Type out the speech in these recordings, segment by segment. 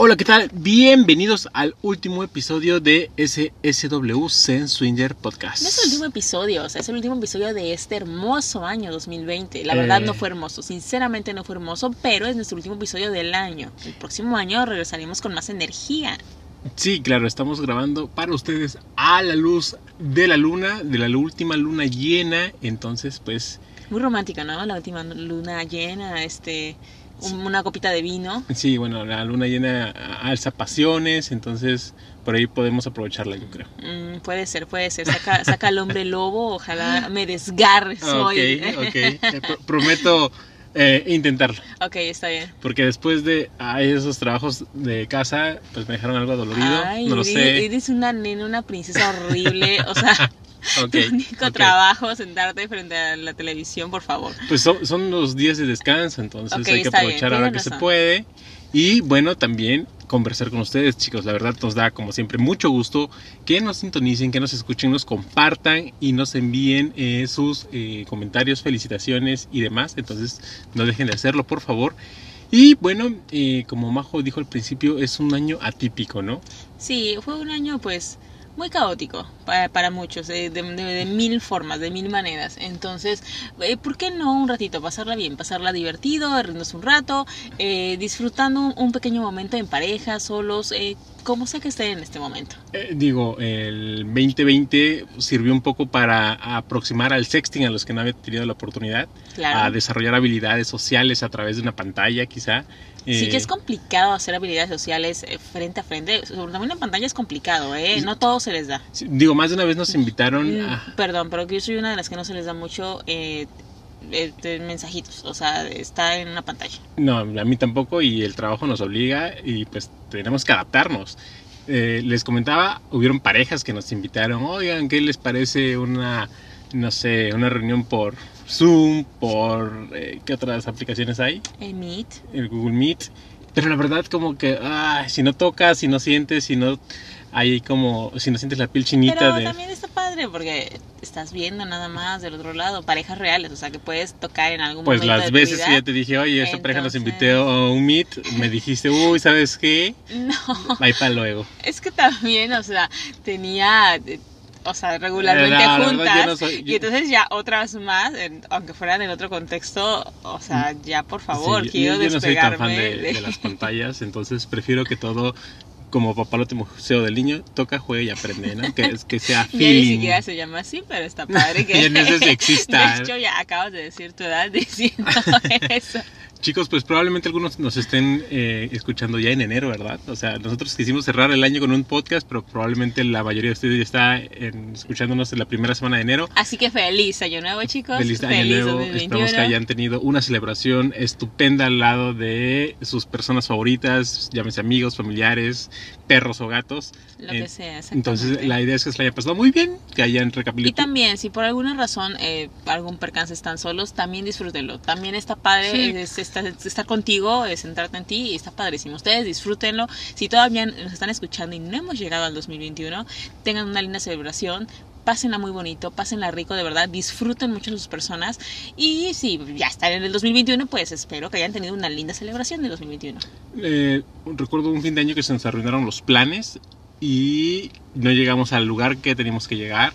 Hola, ¿qué tal? Bienvenidos al último episodio de SSW Zen Swinger Podcast. No es el último episodio, o sea, es el último episodio de este hermoso año 2020. La verdad Eh. no fue hermoso, sinceramente no fue hermoso, pero es nuestro último episodio del año. El próximo año regresaremos con más energía. Sí, claro, estamos grabando para ustedes a la luz de la luna, de la última luna llena. Entonces, pues, Muy romántica, ¿no? La última luna llena, este, un- una copita de vino. sí, bueno, la luna llena alza pasiones. Entonces, por ahí podemos aprovecharla, yo creo. Mm, puede ser, puede ser. Saca, saca al hombre lobo, ojalá me desgarres hoy. Ok, ok. Eh, pro- prometo eh, intentarlo. ok, está bien. Porque después de ah, esos trabajos de casa, pues me dejaron algo dolorido. Ay, no lo eres, sé. eres una nena, una princesa horrible. O sea, Ok, tu único ok. trabajo, sentarte frente a la televisión, por favor. Pues son, son los días de descanso, entonces Ok, hay que está bien, aprovechar ahora tienes que se razón. puede. Y bueno, también conversar con ustedes, chicos. La verdad nos da, como siempre, mucho gusto que nos sintonicen, que nos escuchen, nos compartan y nos envíen eh, sus eh, comentarios, felicitaciones y demás. Entonces, no dejen de hacerlo, por favor. Y bueno, eh, como Majo dijo al principio, es un año atípico, ¿no? Sí, fue un año pues muy caótico para, para muchos, eh, de, de- de mil formas, de mil maneras. Entonces, eh, ¿por qué no un ratito pasarla bien, pasarla divertido, reírnos un rato, eh, disfrutando un, un pequeño momento en pareja, solos, eh, como sea que estén en este momento? Eh, digo, el 2020 sirvió un poco para aproximar al sexting a los que no habían tenido la oportunidad. a Claro. desarrollar habilidades sociales a través de una pantalla, quizá. Sí Eh, que es complicado hacer habilidades sociales eh, frente a frente, sobre también en pantalla es complicado, ¿eh? No todo se les da. sí, Digo, más de una vez nos invitaron Mm, a... Perdón, pero que yo soy una de las que no se les da mucho eh, eh, de mensajitos, o sea, está en una pantalla. No, a mí tampoco y el trabajo nos obliga y pues tenemos que adaptarnos. Eh, les comentaba, hubieron parejas que nos invitaron, oigan, ¿qué les parece una, no sé, una reunión por Zoom, por... eh, ¿Qué otras aplicaciones hay? El Meet. el Google Meet. Pero la verdad, como que, ah, si no tocas, si no sientes, si no hay como, si no sientes la piel chinita Pero de. también está padre porque estás viendo nada más del otro lado, parejas reales, o sea, que puedes tocar en algún Pues momento las de tu veces vida. que ya te dije, oye, esta pareja nos Entonces- invitó a un Meet, me dijiste, uy, ¿sabes qué? No, Ahí para luego. es que también, o sea, tenía, eh, o sea, regularmente La verdad, yo juntas. no soy- yo- Y entonces ya otras más, en- aunque fueran en otro contexto, o sea, ya por favor, Mm. Sí, quiero yo, yo no soy tan despegarme fan de, de las pantallas, entonces prefiero que todo, como papalote museo del niño, toca, juega y aprende, ¿no? Que, es- que sea Ya ni feeling. siquiera se llama así, pero está padre que... Ya no sé si exista. ¿eh? De hecho, ya acabas de decir tu edad diciendo eso. Chicos, pues probablemente algunos nos estén eh, escuchando ya en enero, ¿verdad? O sea, nosotros quisimos cerrar el año con un podcast, pero probablemente la mayoría de ustedes ya está en- escuchándonos en la primera semana de enero. Así que feliz año nuevo, chicos. Feliz año nuevo. 2021. Esperamos que hayan tenido una celebración estupenda al lado de sus personas favoritas, llámese amigos, familiares, perros o gatos. Lo Eh, que sea, Entonces, exactamente. la idea es que se la hayan pasado muy bien, que hayan Y recapitulado. también, si por alguna razón eh, algún percance están solos, también disfrútenlo. También está padre Sí. eh, es- estar, estar contigo, es centrarte en ti y está padrísimo. Ustedes disfrútenlo. Si todavía nos están escuchando y no hemos llegado al 2021, tengan una linda celebración. Pásenla muy bonito, pásenla rico, de verdad, disfruten mucho a sus personas. Y si ya están en el 2021, pues espero que hayan tenido una linda celebración del 2021. Eh, recuerdo un fin de año que se nos arruinaron los planes y no llegamos al lugar que teníamos que llegar.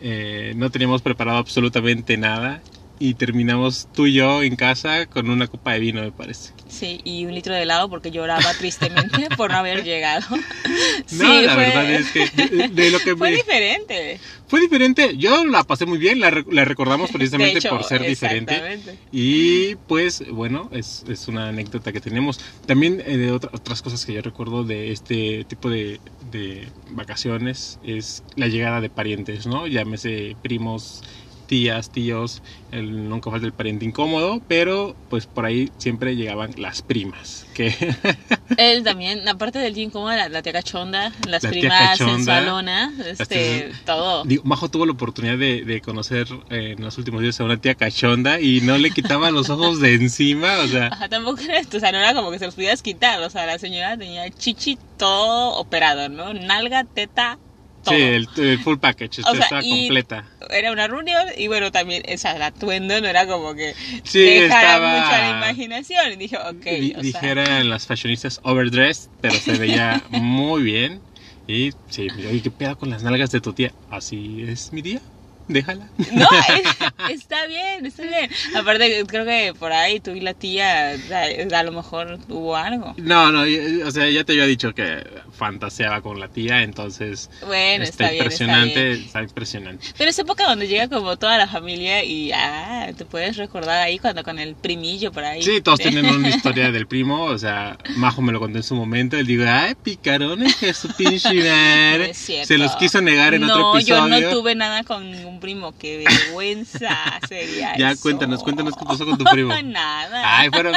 Eh, no teníamos preparado absolutamente nada y terminamos tú y yo en casa con una copa de vino, me parece. Sí, y un litro de helado porque lloraba tristemente por no haber llegado. no, Sí, la fue- verdad es que de, de lo que Fue me- diferente. fue diferente. Yo la pasé muy bien, la, re- la recordamos De precisamente hecho, por ser diferente. exactamente. Y pues bueno, es, es una anécdota que tenemos. También eh, de otra- otras cosas que yo recuerdo de este tipo de, de vacaciones es la llegada de parientes, ¿no? Llámese primos, tías, tíos, el- nunca falta el pariente incómodo, pero pues por ahí siempre llegaban las primas, que Él también, aparte del gym, como la, la tía cachonda, las La tía primas cachonda, sensualona, este, tías- todo. Digo, Majo tuvo la oportunidad de, de conocer eh, en los últimos días a una tía cachonda y no le quitaba los ojos de encima, o sea, Ajá, tampoco era esto, o sea, no era como que se los pudieras quitar, o sea, la señora tenía chichi todo operado, ¿no? Nalga, teta, todo. Sí, el, el full package, O sea, estaba y- completa. Era una reunión y bueno, también, o sea, el atuendo no era como que Sí, dejara estaba- mucho a la imaginación. Y dije, ok, Di- o sea, dijeran las fashionistas overdressed, pero se veía muy bien. Y sí, oye, ¿qué pedo con las nalgas de tu tía? Así es mi día, déjala. No, es- está bien, está bien. Aparte, creo que por ahí tú y la tía, a, a lo mejor hubo algo. No, no, y- o sea, ya te había dicho que fantaseaba con la tía, entonces Bueno, está, está bien, está impresionante, bien. está impresionante. Pero es época donde llega como toda la familia y ah, te puedes recordar ahí cuando con el primillo por ahí. ¿Eh? Sí, todos tienen una historia del primo, o sea, Majo me lo contó en su momento, él digo, ay, picarones, que su pinche No madre". es cierto. Se los quiso negar en otro No, episodio. yo no tuve nada con un primo, qué vergüenza sería Ya, eso. cuéntanos, cuéntanos qué pasó con tu primo. nada. Ay, pero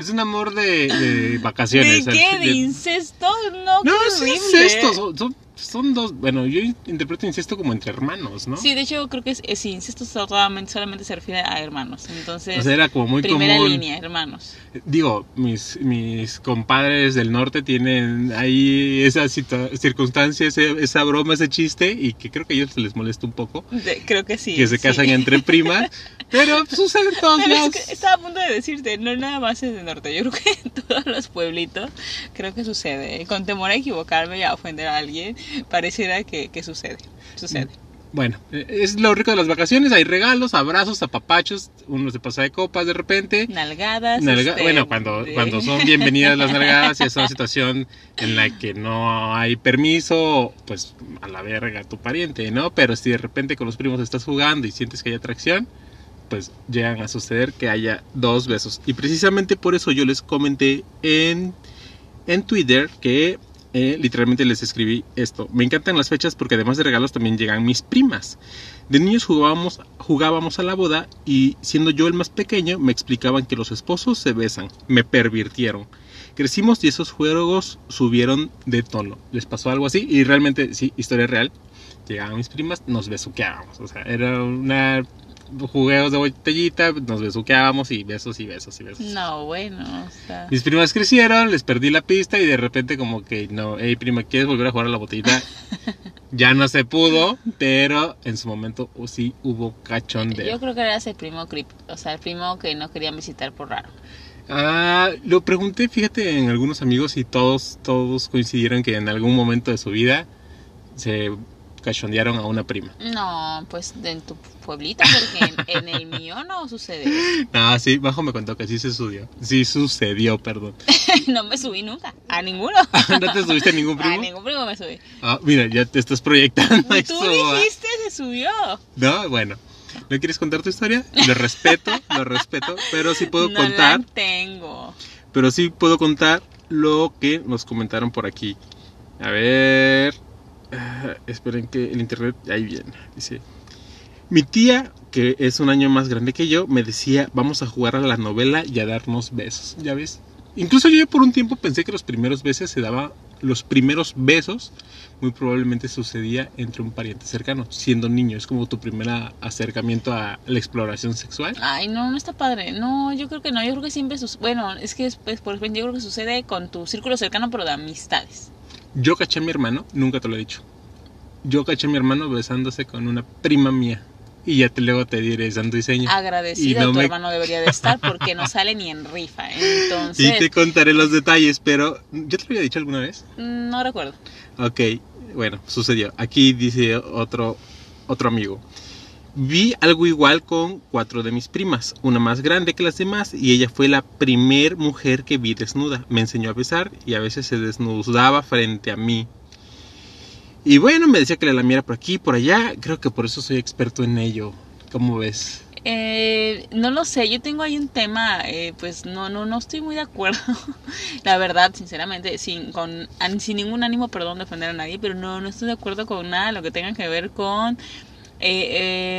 es un amor de, de ¿De vacaciones. qué? al- ¿De incesto? No, No, qué es un horrible. incesto, son, son- son dos, bueno, yo interpreto incesto como entre hermanos, ¿no? Sí, de hecho creo que es, es incesto solamente, solamente se refiere a hermanos. Entonces, O sea, era como muy primera común. línea, hermanos. Digo, mis, mis compadres del norte tienen ahí esa situa- circunstancia, ese- esa broma, ese chiste, y que creo que a ellos se les molesta un poco, De- creo que sí. que se sí. casan entre primas, pero pues, sucede en todos Pero es lados. que estaba a punto de decirte, no nada más es de norte, yo creo que en todos los pueblitos creo que sucede. Con temor a equivocarme y a ofender a alguien, pareciera que, que sucede. Sucede. Bueno, eh, es lo rico de las vacaciones, hay regalos, abrazos, apapachos, uno se pasa de copas de repente. Nalgadas. Mm. Nalga- este, bueno, cuando, de- cuando son bienvenidas las nalgadas y es una situación en la que no hay permiso, pues a la verga tu pariente, ¿no? Pero si de repente con los primos estás jugando y sientes que hay atracción, pues llegan a suceder que haya dos besos. Y precisamente por eso yo les comenté en, en Twitter que eh, literalmente les escribí esto. Me encantan las fechas porque además de regalos también llegan mis primas. De niños jugábamos, jugábamos a la boda y siendo yo el más pequeño me explicaban que los esposos se besan. Me pervirtieron. Crecimos y esos juegos subieron de tono. Les pasó algo así y realmente sí, historia real. Llegaban mis primas, nos besuqueábamos. O sea, era una jugueos de botellita, nos besuqueábamos y besos y besos y besos. No, bueno, o sea. Mis primas crecieron, les perdí la pista y de repente como que no, hey prima, ¿quieres volver a jugar a la botellita? ya no se pudo, pero en su momento oh, sí hubo Yo cachondeo. creo que eras el primo creep, o sea, el primo que no querían visitar por raro. Ah, lo pregunté, fíjate, en algunos amigos y todos, todos coincidieron que en algún momento de su vida se cachondearon a una prima. No, pues en tu pueblito, porque en, en el mío no sucede. Ah, sí, Bajo me contó que sí se sucedió. Sí sucedió, perdón. No me subí nunca, a ninguno. ¿No te subiste a ningún A primo? ningún primo me subí. Ah, mira, ya te estás proyectando Tú eso, ah. dijiste se subió. No, bueno. ¿No quieres contar tu historia? Lo respeto, lo respeto, pero sí puedo no contar, la tengo. pero sí puedo contar lo que nos comentaron por aquí. A ver, ah, esperen que el internet ahí viene. Dice, mi tía, que es un año más grande que yo, me decía, vamos a jugar a la novela y a darnos besos. ¿Ya ves? Incluso yo por un tiempo pensé que los primeros besos se daba, los primeros besos muy probablemente sucedía entre un pariente cercano, siendo niño. Es como tu primer a- acercamiento a la exploración sexual. Ay, no, no está padre. No, yo creo que no. Yo creo que siempre sucede. Bueno, es que después, por ejemplo, yo creo que sucede con tu círculo cercano, pero de amistades. Yo caché a mi hermano, nunca te lo he dicho. Yo caché a mi hermano besándose con una prima mía. Y ya te, luego te diré santo y Ah, seña. Agradecida Y no tu me- hermano debería de estar porque no sale ni en rifa. Y te Entonces, contaré los detalles, pero ¿yo te lo había dicho alguna vez? no recuerdo. Ok, bueno, sucedió. Aquí dice otro, otro amigo. Vi algo igual con cuatro de mis primas, una más grande que las demás, y ella fue la primer mujer que vi desnuda. Me enseñó a besar y a veces se desnudaba frente a mí. Y bueno, me decía que la lamiera por aquí, por allá. Creo que por eso soy experto en ello. ¿Cómo ves? Eh, no lo sé, yo tengo ahí un tema, eh, pues no, no, no estoy muy de acuerdo, la verdad, sinceramente, sin, con, an- sin ningún ánimo, perdón, de ofender a nadie, pero no, no estoy de acuerdo con nada de lo que tenga que ver con, eh,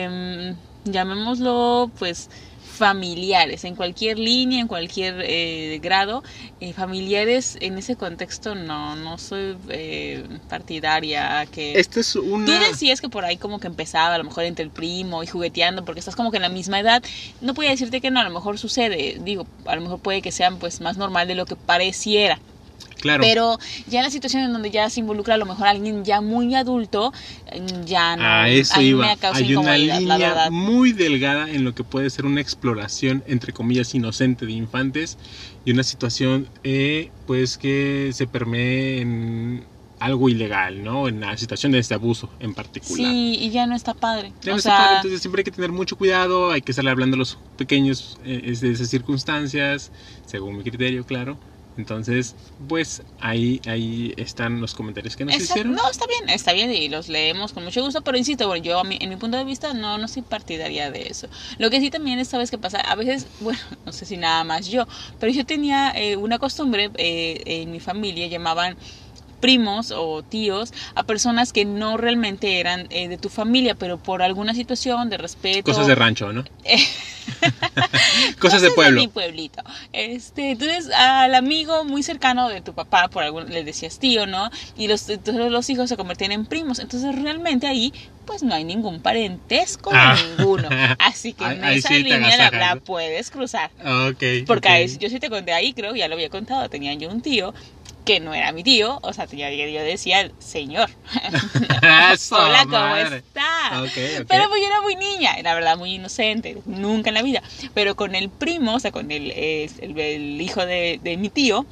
eh, llamémoslo, pues familiares, en cualquier línea, en cualquier eh, grado, eh, familiares en ese contexto no, no soy eh, partidaria a que... Esta es una... Eh, Tú decías que por ahí como que empezaba, a lo mejor entre el primo y jugueteando, porque estás como que en la misma edad. No podía decirte que no, a lo mejor sucede. Digo, a lo mejor puede que sean pues más normal de lo que pareciera. Claro. Pero ya en la situación en donde ya se involucra a lo mejor alguien ya muy adulto, eh, ya no. A eso mí iba. me causa Hay una incomodidad, la línea verdad. muy delgada en lo que puede ser una exploración, entre comillas, inocente de infantes y una situación, eh, pues, que se permee en algo ilegal, ¿no? En la situación de este abuso en particular. Sí, y ya no está padre. Ya o ves, sea, padre, entonces siempre hay que tener mucho cuidado, hay que estar hablando a los pequeños eh, es de esas circunstancias, según mi criterio, claro. Entonces, pues ahí, ahí están los comentarios que nos Exacto. hicieron. No, está bien, está bien y los leemos con mucho gusto, pero insisto, bueno, yo a mi- en mi punto de vista no, no soy partidaria de eso. Lo que sí también es, ¿sabes qué pasa? A veces, bueno, no sé si nada más yo, pero yo tenía eh, una costumbre eh, en mi familia, llamaban primos o tíos a personas que no realmente eran eh, de tu familia, pero por alguna situación de respeto. Cosas de rancho, ¿no? Eh. Cosas de pueblo. mi pueblito. Este, entonces al amigo muy cercano de tu papá, por algún le decías tío, ¿no? Y los entonces los hijos se convertían en primos. Entonces realmente ahí pues no hay ningún parentesco de Ah. ninguno. Así que Ahí- en ahí esa sí te línea la, agasajas. la puedes cruzar. Ok. Porque ok. ahí- yo sí te conté ahí, creo, ya lo había contado, tenía yo un tío que no era mi tío, o sea, tenía, yo decía, señor, Eso, hola, ¿cómo Oh, madre. está? Ok, ok. Pero pues yo era muy niña, era verdad muy inocente, nunca en la vida. Pero con el primo, o sea, con el, eh, el, el hijo de, de mi tío,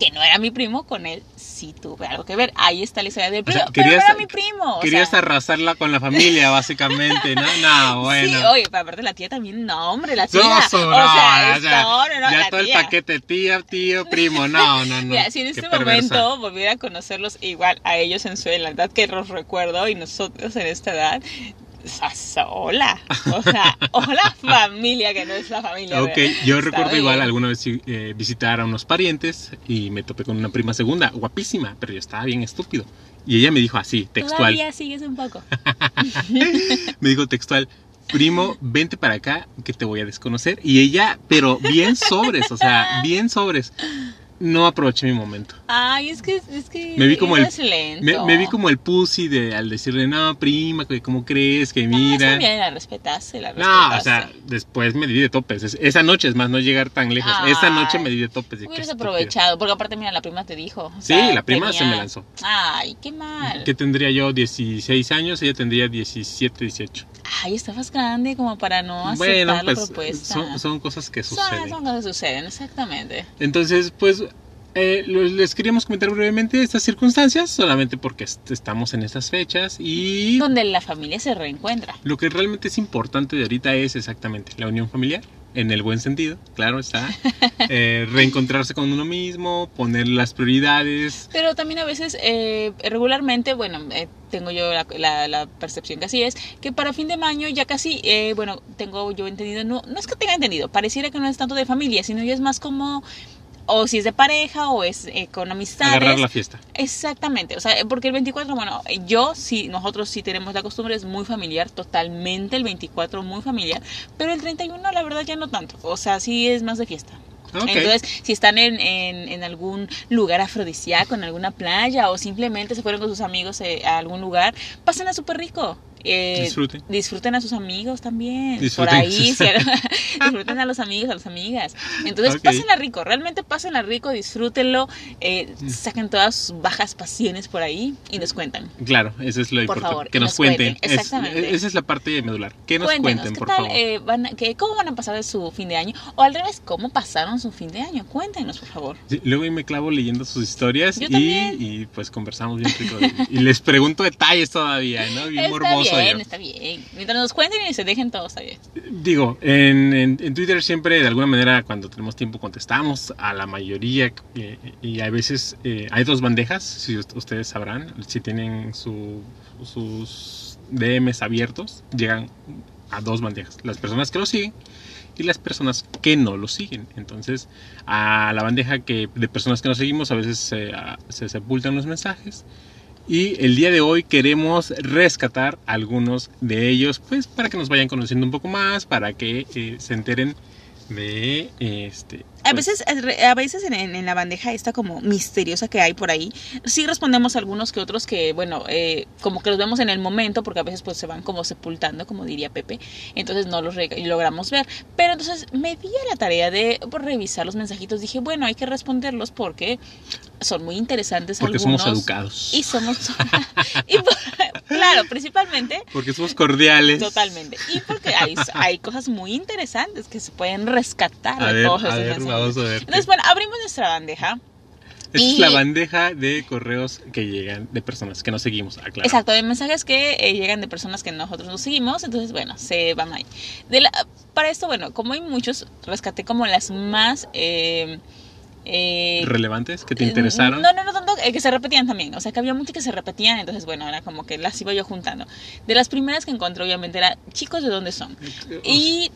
que no era mi primo, con él sí tuve algo que ver. Ahí está la historia del O primo. sea, pero no querías- era mi primo. o Querías sea. arrasarla con la familia, básicamente, ¿no? No, bueno. Sí, oye, pero aparte la tía también, no, hombre, la tía. No, o so- sea, no, es- o sea, no, no, no, ya la todo el tía. paquete, tía, tío, primo, no, no, no. Mira, si en qué este perversa. momento volviera a conocerlos igual a ellos en su en la edad que los recuerdo y nosotros en esta edad, sas- hola, o sea, hola familia que no es la familia. Ok, real. yo Está recuerdo bien. igual alguna vez eh, visitar a unos parientes y me topé con una prima segunda, guapísima, pero yo estaba bien estúpido. Y ella me dijo así, textual, Todavía sigues un poco. me dijo textual, primo, vente para acá que te voy a desconocer. Y ella, pero bien sobres, o sea, bien sobres. No aproveché mi momento. Ay, es que es que Me vi como el- ibas lento. Me, me vi como el pussy de, al decirle, no, prima, que ¿cómo crees? Que Ah, está mira. bien, la respetaste, la respetaste. No, o sea, después me di de topes. Es- esa noche, es más, no llegar tan lejos. Esa Ay. noche me di de topes. de que Hubieras estúpido. aprovechado, porque aparte, mira, la prima te dijo. o Sí, sea, la prima se tenía- me lanzó. Ay, qué mal. Que tendría yo 16 años, ella tendría 17, 18. Ay, estabas grande como para no aceptar Bueno, la pues propuesta. son, son cosas que Son- suceden. son cosas que suceden, exactamente. Entonces, pues eh, lo- les queríamos comentar brevemente estas circunstancias, solamente porque est- estamos en estas fechas y Donde la familia se reencuentra. lo que realmente es importante de ahorita es exactamente la unión familiar. En el buen sentido, claro está. Eh, reencontrarse con uno mismo, poner las prioridades, Pero también a veces, eh, regularmente, bueno, eh, tengo yo la, la- la percepción que así es, que para fin de año ya casi, eh, bueno, tengo yo entendido, no, no es que tenga entendido, pareciera que no es tanto de familia, sino ya es más como, o si es de pareja o es eh, con amistades. agarrar la fiesta. Exactamente, o sea, porque el 24, bueno, yo sí, nosotros sí tenemos la costumbre, es muy familiar, totalmente el 24 muy familiar, pero el 31 la verdad ya no tanto, o sea, sí es más de fiesta. Ok. Entonces, si están en, en, en algún lugar afrodisíaco, en alguna playa, o simplemente se fueron con sus amigos eh, a algún lugar, pásenla súper rico. Eh, Disfruten. Disfruten a sus amigos también. Disfruten Por a ahí, sus- si- disfruten a los amigos, a las amigas. Entonces, Ok. pásenla rico, realmente pásenla rico, disfrútenlo, eh, Mm. saquen todas sus bajas pasiones por ahí y nos cuentan. Claro, eso es lo Por importante. favor, que nos cuenten. Es- exactamente. esa es la parte medular. Que nos Cuéntenos, cuenten, ¿qué por tal, favor. eh, van a- que- ¿Cómo van a pasar de su fin de año? O al revés, ¿cómo pasaron su fin de año? Cuéntenos, por favor. Sí, luego ahí me clavo leyendo sus historias Yo y, también. y, pues conversamos bien rico. y les pregunto detalles todavía, ¿no? Bien Está morboso bien, yo. está bien. Mientras nos cuenten y se dejen todos, está bien. Digo, en, en- en Twitter siempre de alguna manera cuando tenemos tiempo contestamos a la mayoría eh, y a veces eh, hay dos bandejas, si ust- ustedes sabrán, si tienen su- sus DMs abiertos, llegan a dos bandejas, las personas que lo siguen y las personas que no lo siguen. Entonces, a la bandeja que de personas que no seguimos a veces se, a- se sepultan los mensajes. Y el día de hoy queremos rescatar algunos de ellos, pues para que nos vayan conociendo un poco más, para que eh, se enteren de este A veces, a veces en, en- en la bandeja esta como misteriosa que hay por ahí, sí respondemos algunos que otros que, bueno, eh, como que los vemos en el momento, porque a veces pues se van como sepultando, como diría Pepe, entonces no los rega- logramos ver. Pero entonces me di a la tarea de pues, revisar los mensajitos, dije, bueno, hay que responderlos porque son muy interesantes porque algunos. somos educados Y somos... y por- claro, principalmente porque somos cordiales Totalmente. Y porque hay, hay cosas muy interesantes que se pueden rescatar a de ver todos esos a ver mensajes. vamos a ver Entonces, bueno, abrimos nuestra bandeja. Esta es y- la bandeja de correos que llegan de personas que no seguimos aclaro Exacto, de mensajes que eh, llegan de personas que nosotros no seguimos. Entonces, bueno, se van ahí. De la- para esto, bueno, como hay muchos, rescaté como las más... eh, eh, relevantes que te interesaron No, no, no tanto, eh, que se repetían también. O sea, que había muchas que se repetían, entonces, bueno, era como que las iba yo juntando. De las primeras que encontré, obviamente, era chicos de dónde son. Y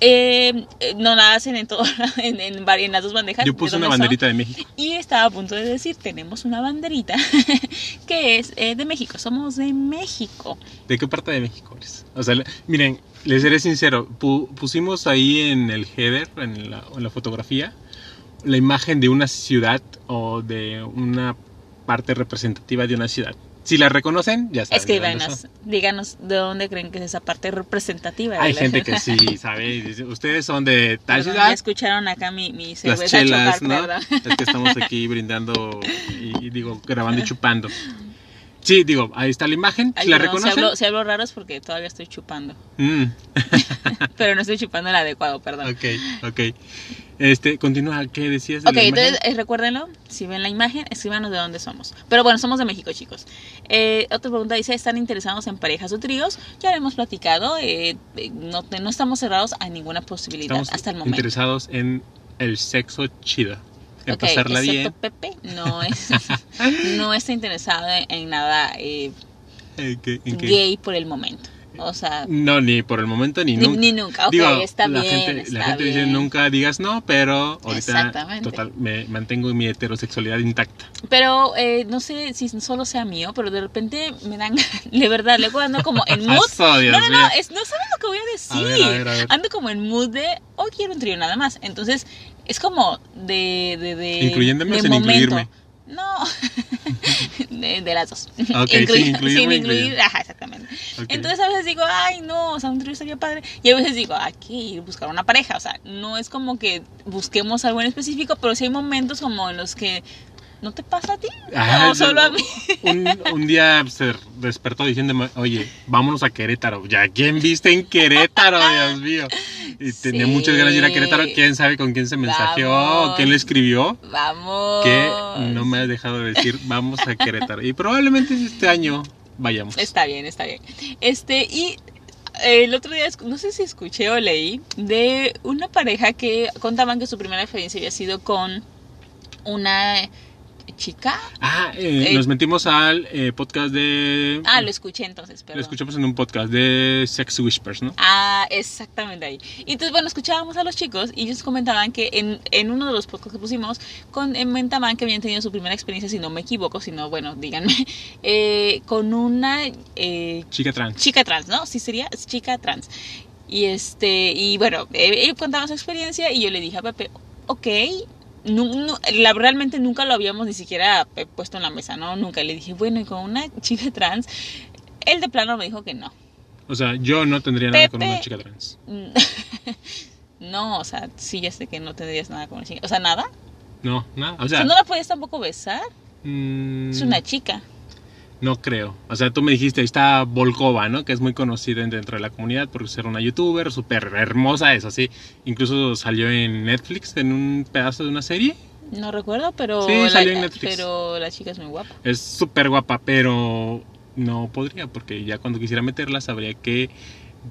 eh, eh, no la hacen en, todo, en, en, vari- en las dos bandejas. yo de puse una donde son. banderita de México Y estaba a punto de decir, tenemos una banderita que es eh, de México. Somos de México. de qué parte de México eres o sea le- miren les seré sincero pu- pusimos ahí en el header en la, en la fotografía la imagen de una ciudad o de una parte representativa de una ciudad si la reconocen ya saben de dónde son. Escríbanos, díganos de dónde creen que es esa parte representativa. de Hay la- gente que sí, sabe, y dice, ustedes son de tal Perdón, ciudad, Ya escucharon acá mi, mi cerveza las chelas, chocar, ¿no? perdón. Es que estamos aquí brindando y, y digo, grabando y chupando. Sí, digo, ahí está la imagen, Ay, si la perdón, si, reconocen. hablo, si hablo raro es porque todavía estoy chupando. Mm, Pero no estoy chupando el adecuado, perdón. ok, ok. Este, continúa, ¿qué decías de Ok, la imagen? entonces eh, recuérdenlo, si ven la imagen, escríbanos de dónde somos. Pero bueno, somos de México, chicos. Eh, otra pregunta dice, ¿están interesados en parejas o tríos? Ya lo hemos platicado, eh, eh, no, te- no estamos cerrados a ninguna posibilidad Estamos hasta el momento. interesados en el sexo chido, en Ok, pasarla bien. excepto Pepe no, es, no está interesado en, en nada eh, ¿En qué- en qué? gay por el momento. O sea, No, ni por el momento ni, ni ni nunca. nunca. Ok, Digo, está la bien. gente, está la gente dice bien. nunca digas no, pero ahorita Exactamente. total, me mantengo mi heterosexualidad intacta. Pero eh, no sé si solo sea mío, pero de repente me dan, de verdad, luego ando como en mood. Ah, Eso, Dios No, no, eh, mío. no, es, no sabes lo que voy a decir. A ver, a ver, a ver. Ando como en mood de, oh, quiero un trío nada más. Entonces, es como de. de, de ¿Incluyéndome de o sin incluirme? No, de, de las dos. Ok, sin incluirme, sin incluir. incluir, ajá, exactamente. Ok. Entonces, a veces digo, ay, no, o sea, un trío estaría padre. Y a veces digo, hay que ir a buscar una pareja. O sea, no es como que busquemos algo en específico, pero sí hay momentos como en los que. ¿No te pasa a ti? Ah, o solo a mí. Un, un día se despertó diciéndome, oye, vámonos a Querétaro. ¿Ya quién viste en Querétaro, Dios mío? Y tenía Sí. muchas ganas de ir a Querétaro. ¿Quién sabe con quién se mensajeó? Vamos. ¿Quién le escribió? Vamos. Que no me has dejado de decir, vamos a Querétaro. Y probablemente este año vayamos. Está bien, está bien. Este, y eh, el otro día, escu- no sé si escuché o leí, de una pareja que contaban que su primera experiencia había sido con una eh, chica. Ah, eh, Eh. nos metimos al eh, podcast de... Ah, lo escuché entonces, Lo perdón. escuchamos en un podcast de Sex Whispers, ¿no? Ah, exactamente ahí. Y entonces, bueno, escuchábamos a los chicos y ellos comentaban que en, en uno de los podcasts que pusimos, con- eh, comentaban que habían tenido su primera experiencia, si no me equivoco, si no, bueno, díganme, eh, con una eh, Chica trans. chica trans, ¿no? Sí sería es chica trans. Y este, y bueno, eh, él contaba su experiencia y yo le dije a Pepe, ok, nu- nu- la, realmente nunca lo habíamos ni siquiera eh, puesto en la mesa, ¿no? Nunca. Le dije, bueno, y con una chica trans, él de plano me dijo que no. O sea, yo no tendría nada con Pepe. una chica trans. Mm. no, o sea, sí, ya sé que no tendrías nada con la chica. O sea, nada. No, nada. O O sea, sea, no la podías tampoco besar. mm, Es una chica. no creo. O sea, tú me dijiste, ahí está Volkova, ¿no? Que es muy conocida en- dentro de la comunidad por ser una youtuber súper hermosa, eso sí. Incluso salió en Netflix en un pedazo de una serie. No recuerdo, pero, Sí, la, salió en Netflix. pero la chica es muy guapa. Es súper guapa, pero no podría, porque ya cuando quisiera meterla sabría que,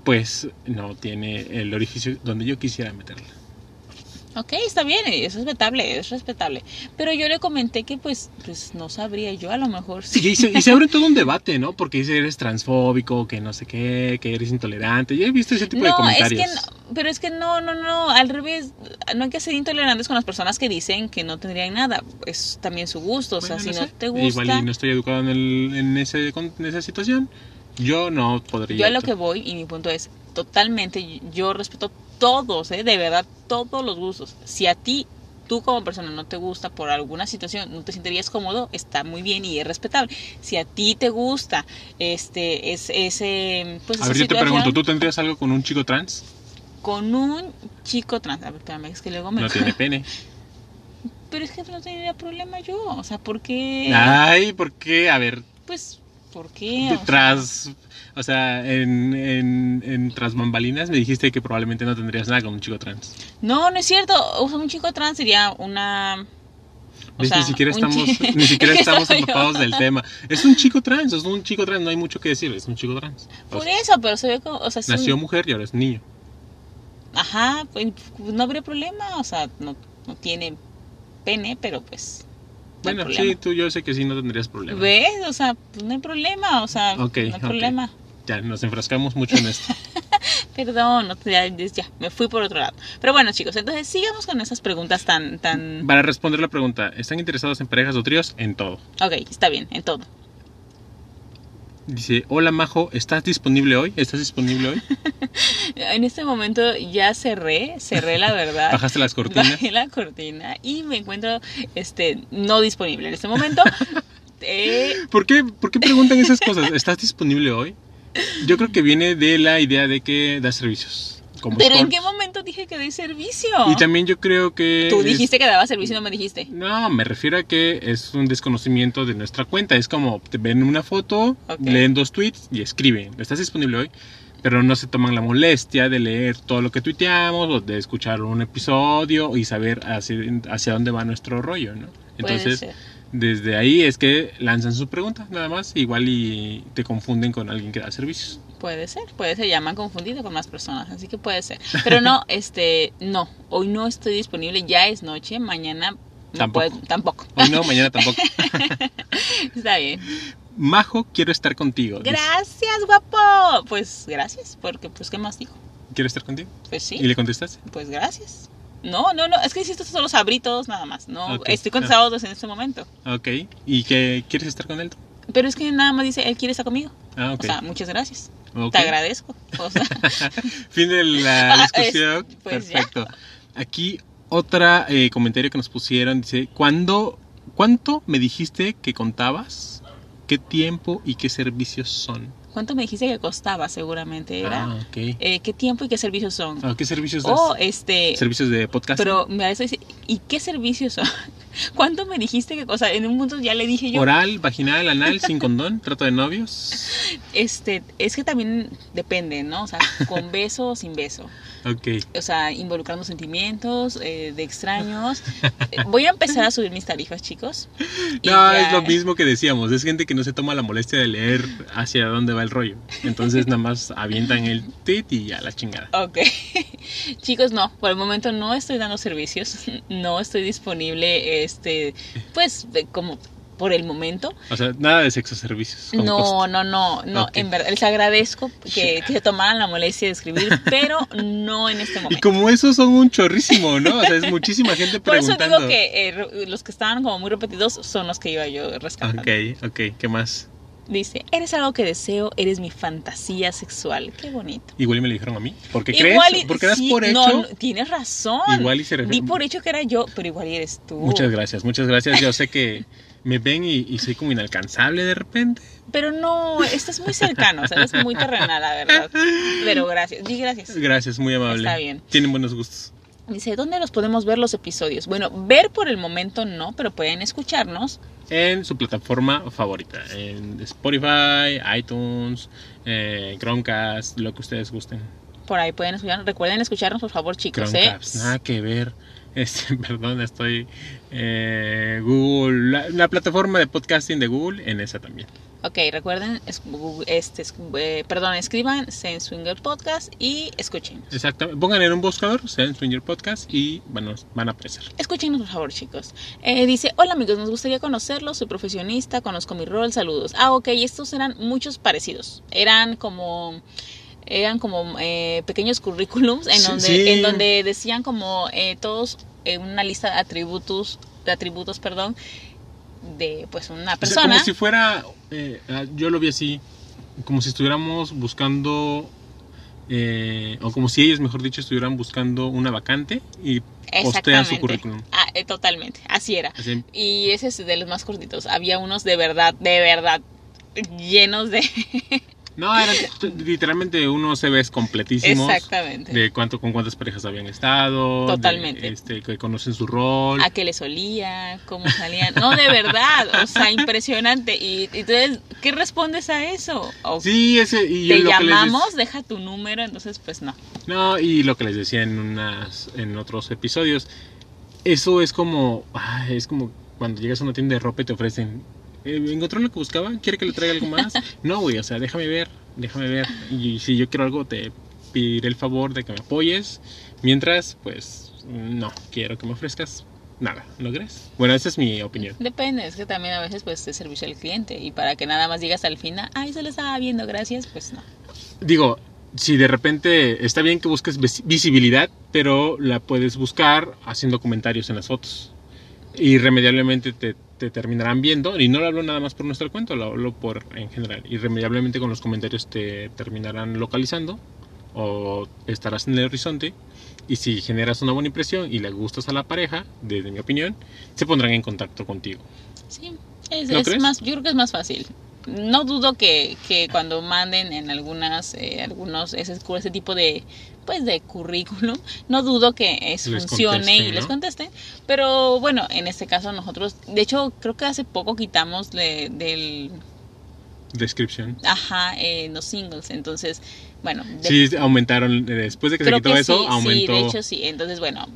pues, no tiene el orificio donde yo quisiera meterla. Ok, está bien, es respetable, es respetable. Pero yo le comenté que pues, pues no sabría yo, a lo mejor sí. Sí, y se, y se abre todo un debate, ¿no? Porque dice eres transfóbico, que no sé qué, que eres intolerante. Yo he visto ese este tipo de No, es comentarios. que, no- pero es que no, no, no, al revés, no hay que ser intolerantes con las personas que dicen que no tendrían nada, es también su gusto, o sea, Bueno, si no no, sé. te gusta, Igual y no estoy educado en, el- en ese, con- en esa situación. Yo no podría. yo a lo que voy y mi punto es, totalmente, yo respeto todos, ¿eh? de verdad, todos los gustos. Si a ti, tú como persona, no te gusta por alguna situación, no te sentirías cómodo, está muy bien y es respetable. Si a ti te gusta, este, es ese. Pues, A esa ver, yo te situación pregunto, ¿tú tendrías algo con un chico trans? Con un chico trans. A ver, espérame, es que luego me. No tiene pene. Pero es que no tendría problema yo. O sea, ¿por qué? Ay, ¿por qué? A ver, Pues, ¿por qué? O sea, tras. O sea, en, en, en tras bambalinas me dijiste que probablemente no tendrías nada con un chico trans. No, no es cierto. O sea, un chico trans sería una. O ¿Ves? sea, ni siquiera un estamos, chi- ni siquiera estamos Soy yo. empapados del tema. Es un chico trans, es un chico trans, no hay mucho que decir, es un chico trans. O Por sea, eso, pero se ve como. O sea, es un- nació mujer y ahora es niño. Ajá, pues no habría problema. O sea, no, no tiene pene, pero pues. No hay Bueno, sí, problema. tú yo sé que sí, no tendrías problema. ¿Ves? O sea, pues, no hay problema. O sea, Ok, no hay ok. problema. Ya, nos enfrascamos mucho en esto. Perdón, no te- ya, ya, me fui por otro lado. Pero bueno, chicos, entonces sigamos con esas preguntas tan. tan... Para responder la pregunta, ¿están interesados en parejas o tríos? En todo. Ok, está bien, en todo. Dice, hola Majo, ¿estás disponible hoy? ¿Estás disponible hoy? En este momento ya cerré, cerré la verdad. ¿Bajaste las cortinas? Bajé la cortina y me encuentro este no disponible en este momento. Eh, ¿Por qué, ¿Por qué preguntan esas cosas? ¿Estás disponible hoy? Yo creo que viene de la idea de que das servicios. Como pero ¿en escort. qué momento dije que doy servicio? Y también yo creo que... Tú es- dijiste que daba servicio y no me dijiste. No, me refiero a que es un desconocimiento de nuestra cuenta. Es como, te ven una foto, Ok. leen dos tweets y escriben. ¿Estás disponible hoy? Pero no se toman la molestia de leer todo lo que tuiteamos o de escuchar un episodio y saber hacia, hacia dónde va nuestro rollo, ¿no? Entonces, Puede ser. desde ahí es que lanzan sus preguntas, nada más. Igual y te confunden con alguien que da servicios. Puede ser, puede ser, ya me han confundido con más personas, así que puede ser. Pero no, este, no, hoy no estoy disponible, ya es noche, mañana no Tampoco. puedo- tampoco. Hoy no, mañana tampoco. Está bien. Majo, quiero estar contigo. dice. Gracias, guapo. Pues gracias, porque pues qué más dijo. ¿Quiero estar contigo? Pues sí. ¿Y le contestaste? Pues gracias. No, no, no, es que hiciste solo abrí todos nada más. No, Ok. estoy con sábados en este momento. Ok. ¿Y qué? ¿Quieres estar con él? Pero es que nada más dice, él quiere estar conmigo. Ah, ok. O sea, muchas gracias. Ok. Te agradezco. O sea, Fin de la Ah, discusión. es- pues ya. Perfecto. Aquí otra eh, comentario que nos pusieron dice, ¿cuándo, ¿cuánto me dijiste que contabas? ¿Qué tiempo y qué servicios son? ¿cuánto me dijiste que costaba? Seguramente era. Ah, ok. Eh, ¿Qué tiempo y qué servicios son? Ah, ¿Qué servicios das? o este. ¿Servicios de podcast? Pero me veces dice, ¿y qué servicios son? ¿Cuánto me dijiste que.? O sea, en un punto ya le dije yo. Oral, vaginal, anal, sin condón, trato de novios. Este, es que también depende, ¿no? O sea, con beso o sin beso. Ok. o sea, involucrando sentimientos eh, de extraños. Eh, Voy a empezar a subir mis tarifas, chicos. Y No, ya- es lo mismo que decíamos. Es gente que no se toma la molestia de leer hacia dónde va el rollo. Entonces nada más avientan el tit y ya la chingada. Ok. chicos, no, por el momento no estoy dando servicios, no estoy disponible, este, pues, de- como por el momento. O sea, nada de sexo servicios. con costo. No, no, no, no, Ok. en verdad, les agradezco que, que se tomaran la molestia de escribir, pero no en este Y momento. como esos son un chorrísimo, ¿no? O sea, es muchísima gente Por eso preguntando. digo que eh, re- los que estaban como muy repetidos son los que iba yo rescatando. Ok, ok, ¿qué más? Dice, eres algo que deseo, eres mi fantasía sexual. Qué bonito. Igual y me lo dijeron a mí. ¿Por qué crees? y- Porque das sí, por hecho. No, no, tienes razón. Igual y se refiere- Di por hecho que era yo, pero igual y eres tú. Muchas gracias, muchas gracias. Yo sé que me ven y, y soy como inalcanzable de repente. Pero no, estás muy cercano, o sea, eres muy terrenal, la verdad. Pero gracias, di gracias. Gracias, muy amable. Está bien. Tienen buenos gustos. Dice, ¿dónde los podemos ver los episodios? Bueno, ver por el momento no, pero pueden escucharnos. En su plataforma favorita. En Spotify, iTunes, eh, Chromecast, lo que ustedes gusten. Por ahí pueden escucharnos. Recuerden escucharnos, por favor, chicos, ¿eh? Chromecast, nada que ver. Este, perdón, estoy eh, Google, la, la plataforma de podcasting de Google, en esa también. Ok, recuerden, es- gu- este, es- eh, perdón, escríbanse en Swinger Podcast y escuchen. Exactamente. Pongan en un buscador, sean Swinger Podcast y bueno, van a aparecer. Escúchenos, por favor, chicos. Eh, dice, hola amigos, nos gustaría conocerlos, soy profesionista, conozco mi rol, saludos. Ah, ok, estos eran muchos parecidos. Eran como eran como eh, pequeños currículums en Sí, donde sí. en donde decían como eh, todos eh, una lista de atributos de atributos perdón de pues una O sea, persona como si fuera, eh, ah, yo lo vi así, como si estuviéramos buscando eh, o como si ellos, mejor dicho, estuvieran buscando una vacante y postean Exactamente. su currículum. Ah, eh, totalmente, así era. Así, Y ese es de los más cortitos. Había unos de verdad, de verdad, llenos de... no, eran t- literalmente unos CVs completísimos. Exactamente. De cuánto, con cuántas parejas habían estado. de, Totalmente. este, que conocen su rol. a qué les olía, cómo salían. No, de verdad, o sea, impresionante. Y y entonces, ¿qué respondes a eso? O Sí, ese, y yo te lo que les dec- llamamos, deja tu número, entonces pues no. No, y lo que les decía en unas, en otros episodios, eso es como, ay, es como cuando llegas a una tienda de ropa y te ofrecen, eh, ¿encontró lo que buscaba? ¿Quiere que le traiga algo más? No, güey, o sea, déjame ver, déjame ver. Y si yo quiero algo, te pediré el favor de que me apoyes. Mientras, pues, no, quiero que me ofrezcas nada, ¿no crees? Bueno, esa es mi opinión. Depende, es que también a veces pues te servicio al cliente y para que nada más digas al final, ay, se lo estaba viendo, gracias, pues no. digo, si de repente está bien que busques vis- visibilidad, pero la puedes buscar haciendo comentarios en las fotos. Irremediablemente te, te terminarán viendo, y no lo hablo nada más por nuestro cuento, lo hablo por en general. Irremediablemente con los comentarios te terminarán localizando o estarás en el horizonte. Y si generas una buena impresión y le gustas a la pareja, desde mi opinión, se pondrán en contacto contigo. Sí, es, ¿No es crees? más, yo creo que es más fácil. No dudo que, que cuando manden en algunas, eh, algunos, ese, cu- ese tipo de, pues, de currículum, no dudo que es, Les funcione y contesten, les ¿no? contesten. Pero bueno, en este caso nosotros, de hecho, creo que hace poco quitamos de- del, Descripción. ajá, eh, los singles. Entonces, bueno, de- Sí, aumentaron, eh, después de que se creo quitó que eso, sí, sí, aumentó. de hecho sí. Entonces, bueno,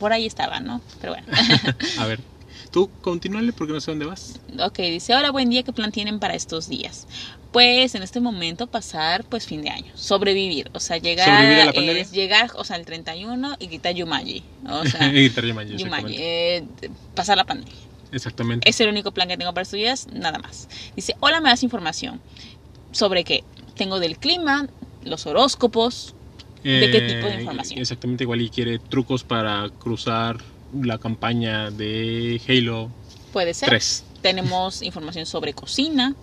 por ahí estaba, ¿no? Pero bueno. A ver, tú continúale porque no sé dónde vas. Ok, dice, hola, buen día, ¿qué plan tienen para estos días? Pues en este momento pasar pues fin de año, sobrevivir, o sea, llegar ¿Sobrevivir a la pandemia? es llegar, o sea, el 31 y quitar Yumaji, o sea, Y Guitarra Yumanji, Yumaji, exactamente. eh, pasar la pandemia. Exactamente. Es el único plan que tengo para estos días, nada más. Dice, hola, ¿me das información sobre qué? Tengo del clima, los horóscopos, ¿de qué tipo de Eh, información? Exactamente igual y quiere trucos para cruzar la campaña de Halo puede ser. 3. Tenemos información sobre cocina,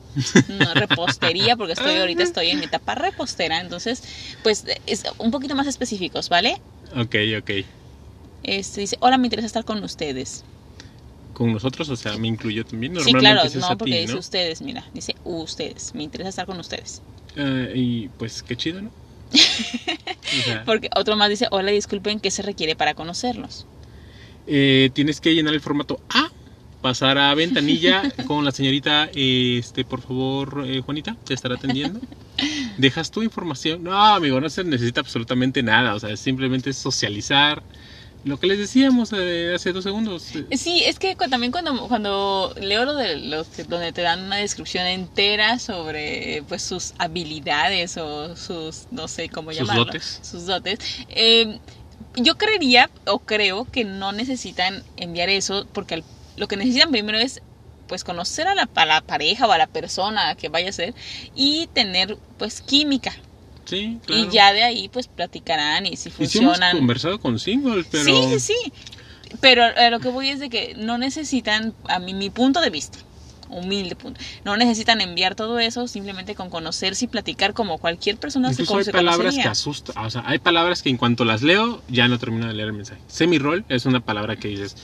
no, repostería, porque estoy ahorita estoy en mi etapa repostera, entonces, pues es un poquito más específicos, ¿vale? Ok, ok. Este dice, hola, me interesa estar con ustedes. Con nosotros, o sea, me incluyó también. Sí, Normalmente claro, ese es no, a porque ti, dice ¿no? ustedes, mira, dice ustedes, me interesa estar con ustedes. Eh, y pues qué chido, ¿no? O sea, Porque otro más dice, hola, disculpen, ¿qué se requiere para conocerlos? eh, tienes que llenar el formato A, pasar a ventanilla con la señorita, eh, este, por favor, eh, Juanita, te estará atendiendo. Dejas tu información. No, amigo, no se necesita absolutamente nada. O sea, simplemente es socializar. Lo que les decíamos eh, hace dos segundos. eh, Sí, es que cu- también cuando, cuando leo lo de los que- donde te dan una descripción entera sobre pues sus habilidades o sus no sé cómo Sus llamarlo, dotes. sus dotes, eh, yo creería o creo que no necesitan enviar eso porque al- lo que necesitan primero es pues conocer a la, a la pareja o a la persona que vaya a ser y tener pues química Sí, claro. y ya de ahí pues platicarán y si Y sí hemos funcionan conversado con singles, pero. Sí, sí, sí. Pero a lo que voy es de que no necesitan, a mí, mi punto de vista, humilde punto, no necesitan enviar todo eso simplemente con conocerse y platicar como cualquier persona se, Incluso hay se palabras que conocería. asustan, o sea, hay palabras que en cuanto las leo ya no termino de leer el mensaje. Semi-roll es una palabra que dices,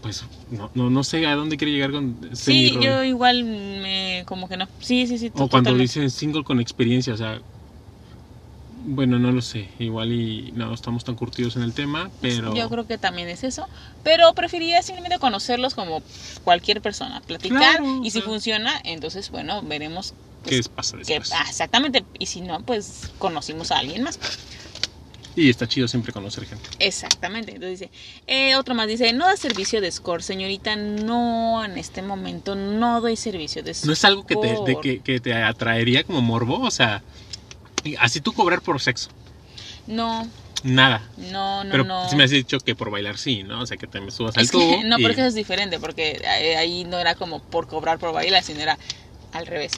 pues no, no, no sé a dónde quiere llegar con Sí, semi-roll. yo igual me, como que no. Sí, sí, sí. O cuando totalmente. dicen single con experiencia, o sea, bueno, no lo sé, igual y no estamos tan curtidos en el tema, pero... Yo creo que también es eso. Pero preferiría simplemente conocerlos como cualquier persona, platicar Claro, y si claro. funciona, entonces, bueno, veremos pues, que es- pasa qué después. pasa. Exactamente. Y si no, pues conocimos a alguien más. Y está chido siempre conocer gente. Exactamente. Entonces dice, eh, otro más dice, no da servicio de score, señorita, no, en este momento no doy servicio de score. ¿No es algo que te, de que- que te atraería como morbo? O sea, y así tú cobrar por sexo, No, nada. no, no, Pero no. si me has dicho que por bailar sí, ¿no? O sea, que te me subas al Es que- tubo. no, y- porque eso es diferente, porque eh, ahí no era como por cobrar por bailar, sino era al revés.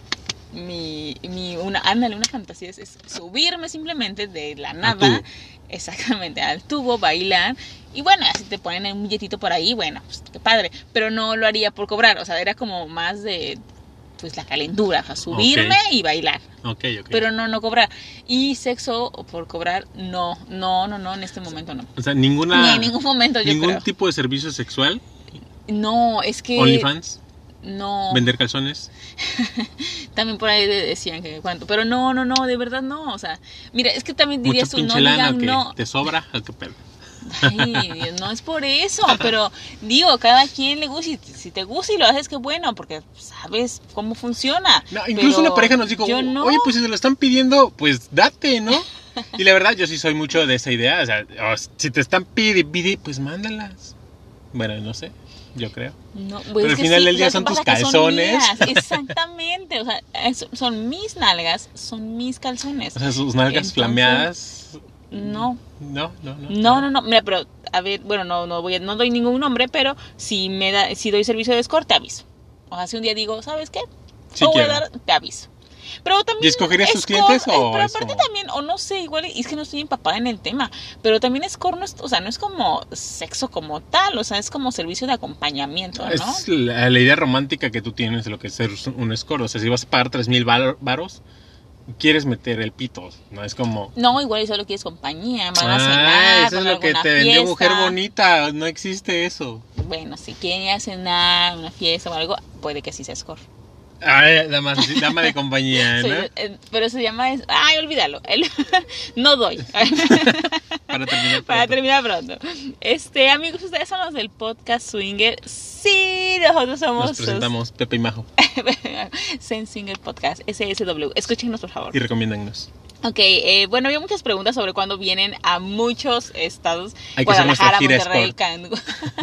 Mi, mi, una, ándale, una fantasía es, es subirme simplemente de la nada, tubo. exactamente, al tubo, bailar, y bueno, así te ponen un billetito por ahí, bueno, pues qué padre, pero no lo haría por cobrar, o sea, era como más de pues la calentura, o sea, subirme y bailar. Ok, ok. Pero no, no cobrar. Y sexo por cobrar, no, no, no, no, en este momento no. o sea, ninguna. Ni en ningún momento yo ningún creo. tipo de servicio sexual. No, es que... OnlyFans. No. Vender calzones. También por ahí de- decían que cuánto. Pero no, no, no, de verdad no. O sea, mira, es que también dirías Mucha tú, no pinche lana digan que no. te sobra. ¿A qué pedo? Ay, Dios, no es por eso, pero digo, cada quien le gusta. y si te gusta y lo haces, qué bueno, porque sabes cómo funciona. No, incluso Pero una pareja nos dijo, yo no. oye, pues si te lo están pidiendo, pues date, ¿no? Y la verdad, yo sí soy mucho de esa idea. O sea, o si te están pidi, pidi, pues mándalas. Bueno, no sé, yo creo. No, pues Pero es al que final del o día sea, son ¿qué tus pasa? Que calzones. mías, exactamente, o sea, es- son mis nalgas, son mis calzones. O sea, sus nalgas Entonces, flameadas. No, No, no, no. no, no, no, mira, pero a ver, bueno, no, no voy, a- no doy ningún nombre, pero si me da, si doy servicio de escort, te aviso. O sea, si un día digo, ¿sabes qué? Sí Lo voy a quiero. dar, te aviso. Pero también. ¿Y escogerías tus escort- clientes o eh, Pero es aparte como- también, o no sé, igual es que no estoy empapada en el tema. Pero también escort no es, o sea, no es como sexo como tal, o sea, es como servicio de acompañamiento, ¿no? Es la, la idea romántica que tú tienes de lo que es ser un score. O sea, si vas a pagar 3 mil varos, quieres meter el pito. No es como. No, igual y solo quieres compañía, van a Ah, cenar, eso es van a lo que alguna te vendió fiesta". mujer bonita. No existe eso. Bueno, si quieren ir a cenar, una fiesta o algo, puede que sí sea escort. Ay, dama, dama de compañía, Soy- ¿no? eh, pero se llama es, ay, olvídalo. El- no doy. Para terminar. Para pronto. terminar pronto. Este, amigos, ustedes son los del podcast Swinger. Sí, nosotros somos Nos presentamos Pepe y Majo los- Sen Swinger Podcast, SSW. Escúchenos, por favor. y recomiéndanos. Ok, eh, bueno, había muchas preguntas sobre cuándo vienen a muchos estados. Hay que hacer nuestra gira Monterrey, Sport.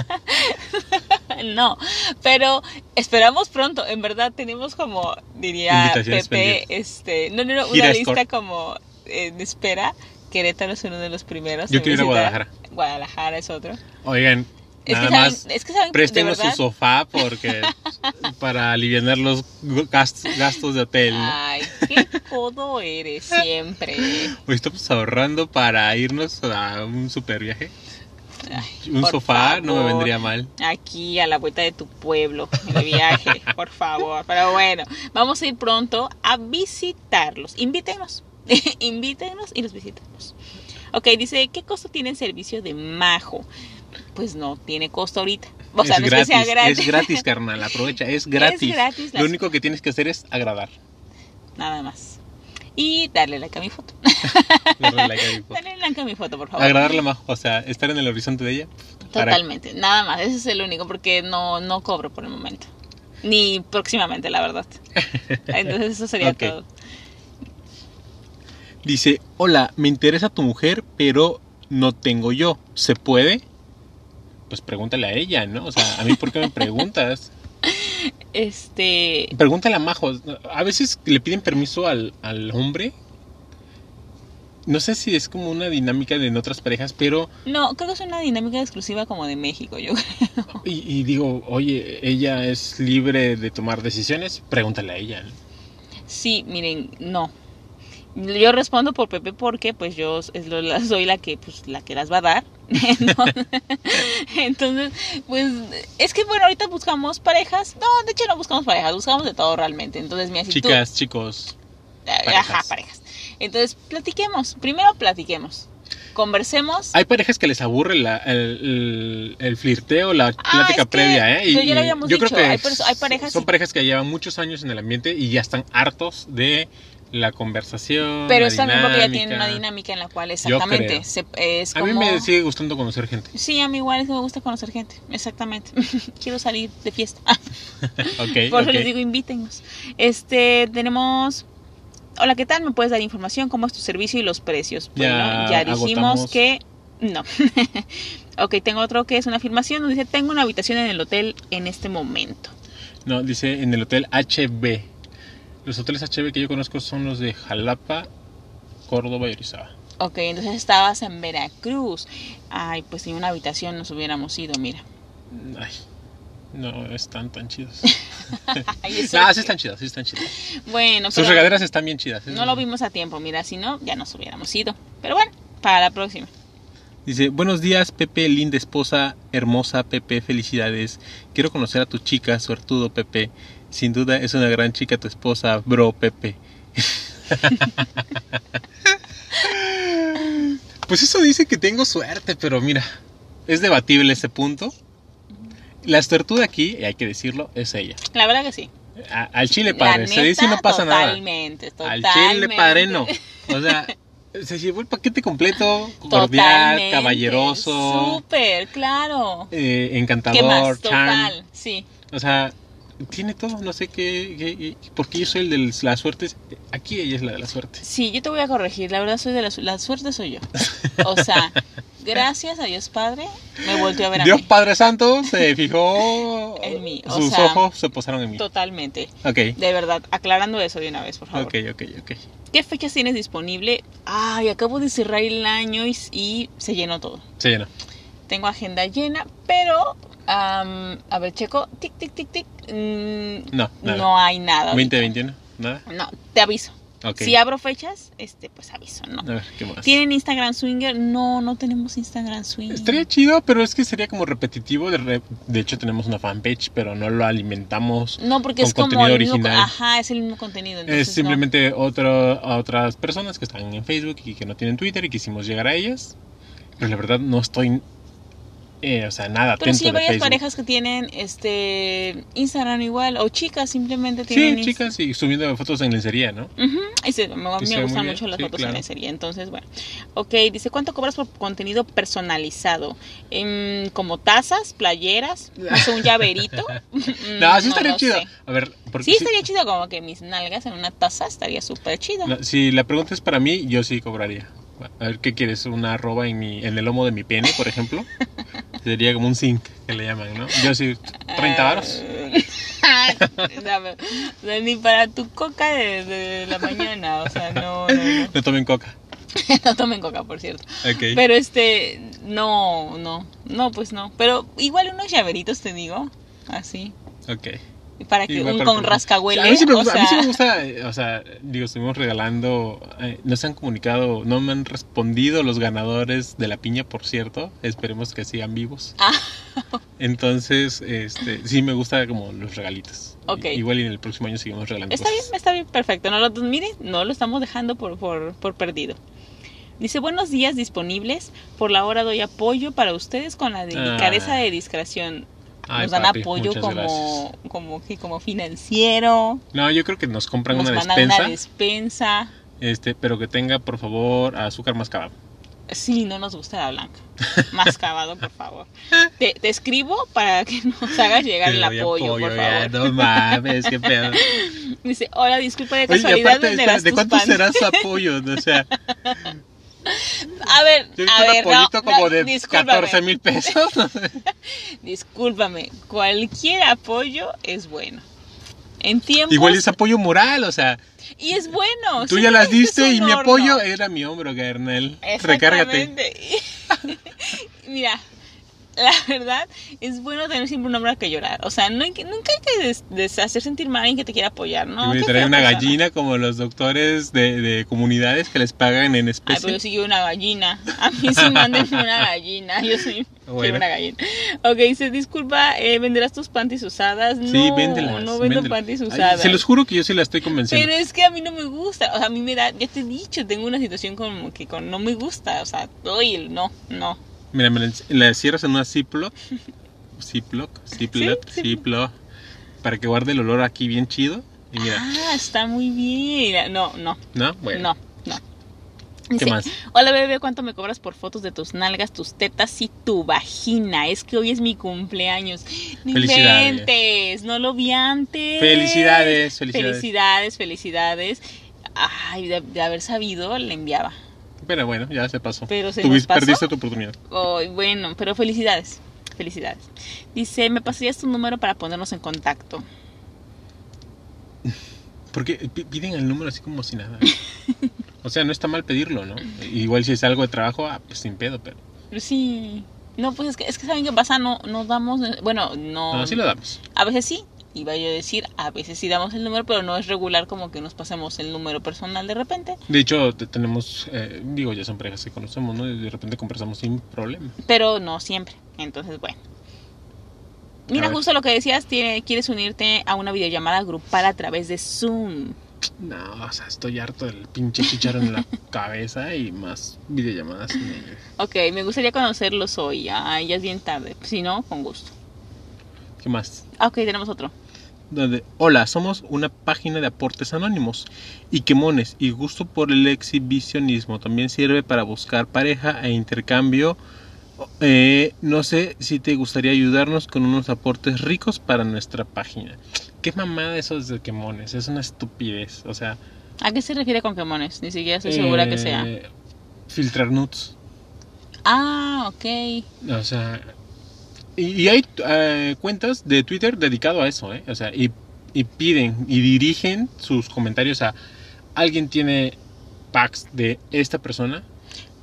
Cancún. no, pero esperamos pronto. En verdad, tenemos como, diría Invitaciones Pepe, pendientes. este, no, no, no, una Gira lista Sport. como eh, de espera. Querétaro es uno de los primeros. Yo en quiero ir a visitar. Guadalajara. Guadalajara es otro. Oigan, Es nada que, saben, más es que saben, de préstenos su verdad, sofá porque para aliviar los gastos, gastos de hotel. ¿no? Ay, qué codo eres siempre. Hoy estamos ahorrando para irnos a un super viaje. Ay, Un por sofá no me favor. vendría mal. aquí a la vuelta de tu pueblo de viaje, por favor. Pero bueno, vamos a ir pronto a visitarlos. Invítenos, invítenos y los visitamos. Ok, dice, ¿qué costo tiene el servicio de Majo? Pues no tiene costo ahorita. O sea, no es que sea gratis. es gratis, carnal, aprovecha, es gratis. gratis la Lo único que tienes que hacer es agradar. Nada más. Y darle like a mi foto. Darle like a mi foto. Dale like a mi foto, por favor. Agradarla más, o sea, estar en el horizonte de ella. para- Totalmente, nada más. Ese es el único porque no, no cobro por el momento. Ni próximamente, la verdad. Entonces eso sería Ok. todo. Dice, hola, me interesa tu mujer, pero no tengo yo. ¿Se puede? Pues pregúntale a ella, ¿no? O sea, a mí, ¿por qué me preguntas? Este, Pregúntale a Majo. A veces le piden permiso al, al hombre. No sé si es como una dinámica de en otras parejas, pero... No, creo que es una dinámica exclusiva como de México, yo creo. Y, y digo, oye, ella es libre de tomar decisiones, pregúntale a ella. ¿no? Sí, miren, no. Yo respondo por Pepe porque pues yo es lo- la- soy la que pues la que las va a dar. Entonces, entonces, pues es que bueno, ahorita buscamos parejas. No, de hecho no buscamos parejas, buscamos de todo realmente. Entonces, mira, si tú- Ah, Chicas, chicos, ajá, parejas. parejas. Entonces, platiquemos. Primero platiquemos. Conversemos. hay parejas que les aburre la- el, el- el flirteo, la Ah, es plática que previa, ¿eh? yo ya lo habíamos yo creo dicho, que hay perso- hay parejas son y- parejas que llevan muchos años en el ambiente y ya están hartos de la conversación. pero la es también porque ya tienen dinámica. una dinámica en la cual creo. exactamente se- es A como mí me sigue gustando conocer gente. Sí, a mí igual es que me gusta conocer gente, exactamente. Quiero salir de fiesta. Ok, ok. Por eso les digo, invítenos. Este, tenemos... Hola, ¿qué tal? ¿Me puedes dar información? ¿Cómo es tu servicio y los precios? Bueno, Ya ya dijimos agotamos. que... No. ok, tengo otro que es una afirmación donde dice, tengo una habitación en el hotel en este momento. No, dice en el hotel HB. Los hoteles HB que yo conozco son los de Jalapa, Córdoba y Orizaba. Ok, entonces estabas en Veracruz. Ay, pues sin una habitación nos hubiéramos ido, mira. Ay, no están tan chidos. Ay, eso Ah, que- sí están chidas, sí están chidas. Bueno, Sus pero- regaderas están bien chidas. ¿eh? No lo vimos a tiempo, mira, si no, ya nos hubiéramos ido. Pero bueno, para la próxima. Dice, buenos días Pepe, linda esposa, hermosa Pepe, felicidades. Quiero conocer a tu chica, suertudo Pepe. Sin duda es una gran chica tu esposa, bro Pepe. pues eso dice que tengo suerte, pero mira, es debatible ese punto. La suertuda aquí, y hay que decirlo, es ella. La verdad que sí. A- al chile padre, La se dice y no neta, pasa nada. Totalmente, Al totalmente. chile padre no. O sea, se llevó el paquete completo, cordial, Totalmente, caballeroso, Súper, claro. eh, ¿Qué más? encantador, charm. Total, sí. O sea, tiene todo, no sé qué, qué- qué- porque yo soy el de la suerte. Aquí ella es la de la suerte. Sí, yo te voy a corregir. La verdad, soy de la, su- la suerte soy yo. O sea, gracias a Dios Padre, me volteó a ver a Dios mí. Padre Santo se fijó En mí, o sus sea, ojos se posaron en mí. Totalmente. Ok, De verdad, aclarando eso de una vez, por favor. ok, ok, ok. ¿Qué fechas tienes disponible? Ay, acabo de cerrar el año y, y se llenó todo. Se llenó. Tengo agenda llena, pero... am, a ver, checo. Tic, tic, tic, tic. mm, No, nada. no hay nada. ahorita. 20, 21, nada. No, te aviso. Ok. pues. Si abro fechas, este, pues aviso, ¿no? A ver, ¿qué más? ¿Tienen Instagram Swinger? No, no tenemos Instagram Swinger. Estaría chido, pero es que sería como repetitivo. De, re- de hecho, tenemos una fanpage, pero no lo alimentamos. No, porque con es como contenido el mismo, original. ajá, es el mismo contenido. entonces Es no. simplemente otro- a otras personas que están en Facebook y que no tienen Twitter y quisimos llegar a ellas. Pero la verdad no estoy, eh, o sea, nada Pero atento sí hay de varias Facebook. parejas que tienen este Instagram igual o chicas simplemente tienen. Mm, sí, Inst- chicas, y subiendo fotos en lencería, ¿no? Ujú, y se- me, me Que se ve gustan muy bien, mucho las sí, fotos claro. en la serie, entonces bueno. Ok, dice, ¿cuánto cobras por contenido personalizado? Em, como tazas, playeras, no sé, un llaverito. Mm, no, sí no estaría lo chido. sé. A ver, porque Sí, si, estaría chido como que mis nalgas en una taza, estaría súper chido. no, si la pregunta es para mí, yo sí cobraría. A ver, ¿qué quieres? ¿Una arroba en, mi, en el lomo de mi pene, por ejemplo? Sería como un zinc, que le llaman, ¿no? Yo sí, 30 varos. Eh, Dame, o sea, ni para tu coca de, de la mañana, o sea, no, no, no. No tomen coca. No tomen coca, por cierto. Ok. Pero este, no, no, no, pues no. Pero igual unos llaveritos, te digo, así. ok. Y Para que Igual un para con que- rascahuele. A mí sí me gusta, o a mí sí me sea, gusta, eh, o sea, digo, estuvimos regalando, eh, no se han comunicado, no me han respondido los ganadores de la piña, por cierto, esperemos que sigan vivos. Ah. Entonces, este, sí me gusta como los regalitos. Ok. I- Igual y en el próximo año seguimos regalando. Está bien, cosas. está bien, perfecto. No lo, mire, no lo estamos dejando por, por, por perdido. Dice, buenos días disponibles. Por la hora doy apoyo para ustedes con la delicadeza Ah. de discreción. Ay, nos dan papi, apoyo muchas como, gracias. como, que- como financiero. No, yo creo que nos compran nos una mandan despensa, una despensa. este, pero que tenga, por favor, azúcar mascabado. Sí, no nos gusta la blanca. Más cavado, por favor. Te, te escribo para que nos hagas llegar el Te doy apoyo, por ya, favor. No mames, qué pedo. Dice, hola, disculpa de Oye, y casualidad aparte, espera, venderás ¿de tus cuánto pan- será su apoyo? O sea... A ver, Yo he a visto un ver, no, apoyito como no, de discúlpame, 14 mil pesos. Discúlpame, cualquier apoyo es bueno. En tiempos Igual es apoyo moral, o sea, y es bueno. tú sí, ya las es diste un y mi horno. apoyo era mi hombro, carnal. Recárgate. Exactamente. Mira, la verdad es bueno tener siempre un hombre al que llorar. O sea, no hay que- nunca hay que des- deshacer sentir mal a alguien que te quiera apoyar, ¿no? y Qué me trae fea una persona. gallina como los doctores de, de comunidades que les pagan en Ay, especie. pero yo soy una gallina. A mí sí mándenme una gallina. Yo soy quiero Ah, Bueno. una gallina. Ok, dice, disculpa, eh, ¿venderás tus panties usadas? No, sí, véndelas. no vendo véndelas. panties Ay, usadas. se los juro que yo sí la estoy convenciendo. Pero es que a mí no me gusta, o sea, a mí me da, ya te he dicho, tengo una situación como que con, no me gusta, o sea, oye, no, no. Mira, me la, la cierras en una Ziploc. Ziploc, Ziploc, Sí, sí. Ziploc. Para que guarde el olor aquí bien chido. Y mira, Ah, está muy bien. No, no, ¿no? Bueno, no, no. Eh, ¿qué Dice, más? Hola bebé, ¿cuánto me cobras por fotos de tus nalgas, tus tetas y tu vagina? Es que hoy es mi cumpleaños. No Felicidades. inventes, no lo vi antes. Felicidades, felicidades. Felicidades, felicidades. Ay, de, de haber sabido, le enviaba. Pero bueno, ya se pasó. Pero se Oh, Tuviste- nos pasó. Perdiste tu oportunidad. Ay, bueno, pero felicidades. Felicidades. Dice, ¿me pasarías tu número para ponernos en contacto? Porque pi- piden el número así como si nada. O sea, no está mal pedirlo, ¿no? Igual si es algo de trabajo, ah, pues sin pedo, pero. Sí. No, pues es que, es que saben qué pasa, no, no damos, bueno, no. No, así lo damos. A veces sí, iba yo a decir, a veces sí damos el número, pero no es regular como que nos pasemos el número personal de repente. De hecho, te- tenemos, eh, digo, ya son parejas que conocemos, ¿no? Y de repente conversamos sin problema. pero no siempre. Entonces, bueno. A Mira, ver. justo lo que decías, tiene- quieres unirte a una videollamada grupal a través de Zoom. No, o sea, estoy harto del pinche chicharro en la cabeza y más videollamadas. en el- Ok, me gustaría conocerlos hoy. Ay, ya es bien tarde. Si no, con gusto. ¿Qué más? Ah, Ok, tenemos otro. Donde, hola, somos una página de aportes anónimos y quemones y gusto por el exhibicionismo. También sirve para buscar pareja e intercambio. Eh, no sé si te gustaría ayudarnos con unos aportes ricos para nuestra página. ¿Qué mamada eso de quemones? Es una estupidez. O sea, ¿A qué se refiere con quemones? Ni siquiera estoy segura que eh, sea. Filtrar nudes. Ah, ok. O sea, y, y hay eh, cuentas de Twitter dedicado a eso, ¿eh? O sea, y, y piden y dirigen sus comentarios a alguien tiene packs de esta persona.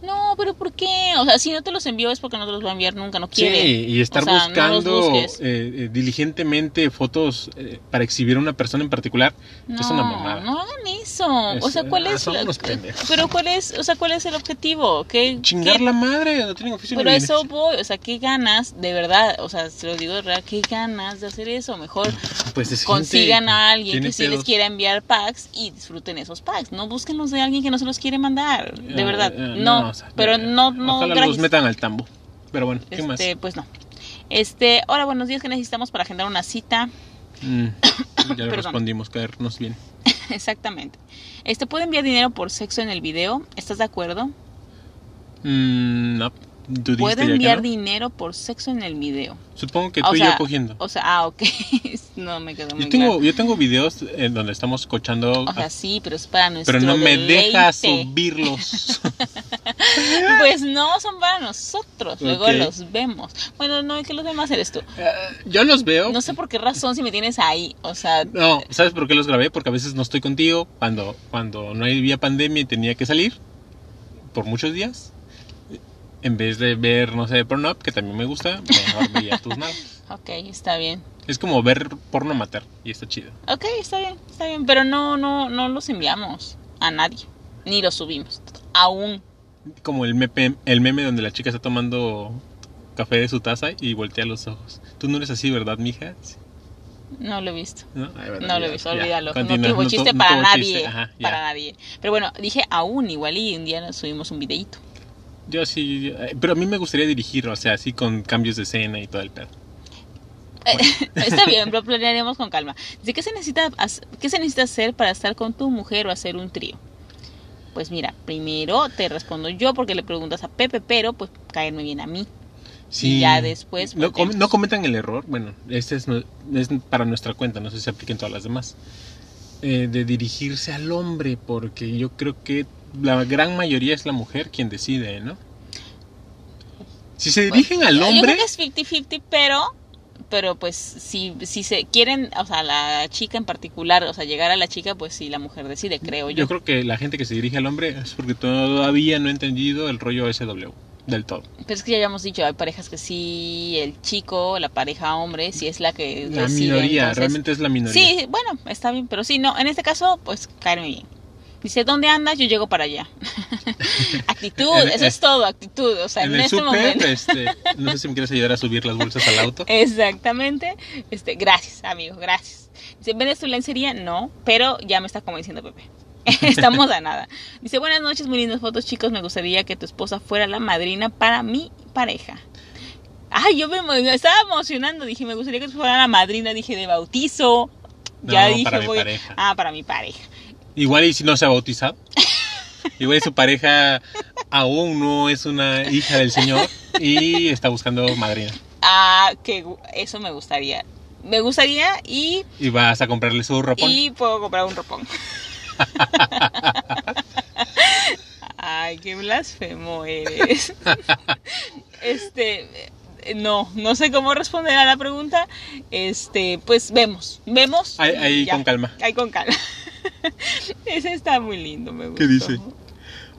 No, pero ¿por qué? O sea, si no te los envió es porque no te los va a enviar nunca, no quiere. Sí, y estar O sea, no los buscando busques. eh, eh, diligentemente fotos eh, para exhibir a una persona en particular. No, Es una mamada. no hagan eso. o Es- sea, ¿cuál ah, es? son la- unos pendejos. pero ¿cuál es? O sea, ¿cuál es el objetivo? ¿Qué, Chingar qué- la madre, no tienen oficio ni Pero a eso beneficio. voy, o sea, qué ganas, de verdad, o sea, se lo digo de verdad, qué ganas de hacer eso. Mejor Pues es gente consigan que a alguien tiene que sí les pedos. quiera enviar packs y disfruten esos packs. No busquen los de alguien que no se los quiere mandar, de Eh, verdad. eh, no, o sea, pero eh, no, no, Ojalá los gracias. metan al tambo. Pero bueno, ¿qué más? Este, pues no. Este, hola, buenos días, ¿qué necesitamos para agendar una cita? Mm, ya le Perdón. respondimos, caernos bien. Exactamente. Este, ¿puede enviar dinero por sexo en el video? ¿Estás de acuerdo? Mm, no, tú dijiste ¿Puede ya que enviar no. dinero por sexo en el video? Supongo que Ah, tú o y sea, yo cogiendo. O sea, ah, ok. no me quedó muy Yo tengo, claro. yo tengo videos en donde estamos cochando, ah, O sea, sí, pero es para nuestro pero no me deja deleite. subirlos. Pues no, son para nosotros. Luego Ok. los vemos. Bueno, no, es que los demás eres tú. Eh, yo los veo. No sé por qué razón si me tienes ahí. O sea, No, ¿sabes por qué los grabé? Porque a veces no estoy contigo. Cuando, cuando no había pandemia y tenía que salir por muchos días, en vez de ver, no sé, porno, que también me gusta, mejor veía tus naves. ok, está bien. Es como ver porno matar y está chido. Ok, está bien, está bien. Pero no, no, no los enviamos a nadie. Ni los subimos. Aún. Como el, mepe- el meme donde la chica está tomando café de su taza y voltea los ojos. Tú no eres así, ¿verdad, mija? Sí, No lo he visto. No, Ay, bueno, No lo he ya, visto, ya. olvídalo. Continúa, no tuvo no tu- chiste no para tuvo nadie. chiste, ajá, ya. para nadie. Pero bueno, dije aún igual y un día nos subimos un videíto. Yo sí, yo- eh, pero a mí me gustaría dirigir, o sea, así con cambios de escena y todo el pedo. Está bien, lo planearemos con calma. Dice, ¿qué se, necesita, hac- ¿Qué se necesita hacer para estar con tu mujer o hacer un trío? Pues mira, primero te respondo yo porque le preguntas a Pepe, pero pues caerme bien a mí. Sí. Y ya después No, com- volvemos. no cometan el error, bueno, este es, nu- es para nuestra cuenta, no sé si se apliquen todas las demás. eh, de dirigirse al hombre, porque yo creo que la gran mayoría es la mujer quien decide, ¿no? Si se dirigen al Pues, Yo hombre. creo que es 50-50, pero, pero pues si, si se quieren, o sea, la chica en particular, o sea, llegar a la chica, pues si la mujer decide, creo yo. Yo creo que la gente que se dirige al hombre es porque todavía no ha entendido el rollo SW del todo. Pero es que ya habíamos dicho, hay parejas que sí, el chico, la pareja hombre, si es la que La decide, minoría, entonces- realmente es la minoría. Sí, bueno, está bien, pero sí, no, en este caso, pues caerme bien. Dice, ¿dónde andas? Yo llego para allá. actitud, En- eso es todo, actitud. O sea, en, en el este súper, momento. este, no sé si me quieres ayudar a subir las bolsas al auto. Exactamente. Este, gracias, amigo, gracias. Dice, ¿vendes tu lencería? No, pero ya me está convenciendo Pepe. Estamos a nada. Dice, buenas noches, muy lindas fotos, chicos. Me gustaría que tu esposa fuera la madrina para mi pareja. Ay, yo me emo- me estaba emocionando. Dije, me gustaría que tú fuera la madrina. Dije, de bautizo. Ya No, dije, para mi voy. pareja. Ah, para mi pareja. Igual y si no se ha bautizado. Igual y su pareja aún no es una hija del Señor y está buscando madrina. Ah, que gu- eso me gustaría. Me gustaría y, Y vas a comprarle su ropón. y puedo comprar un ropón. Ay, qué blasfemo eres. Este, eh, no, no sé cómo responder a la pregunta. Este, pues vemos, vemos. Ahí- y ahí ya. con calma. Ahí con calma. Ese está muy lindo, me gustó. ¿Qué dice?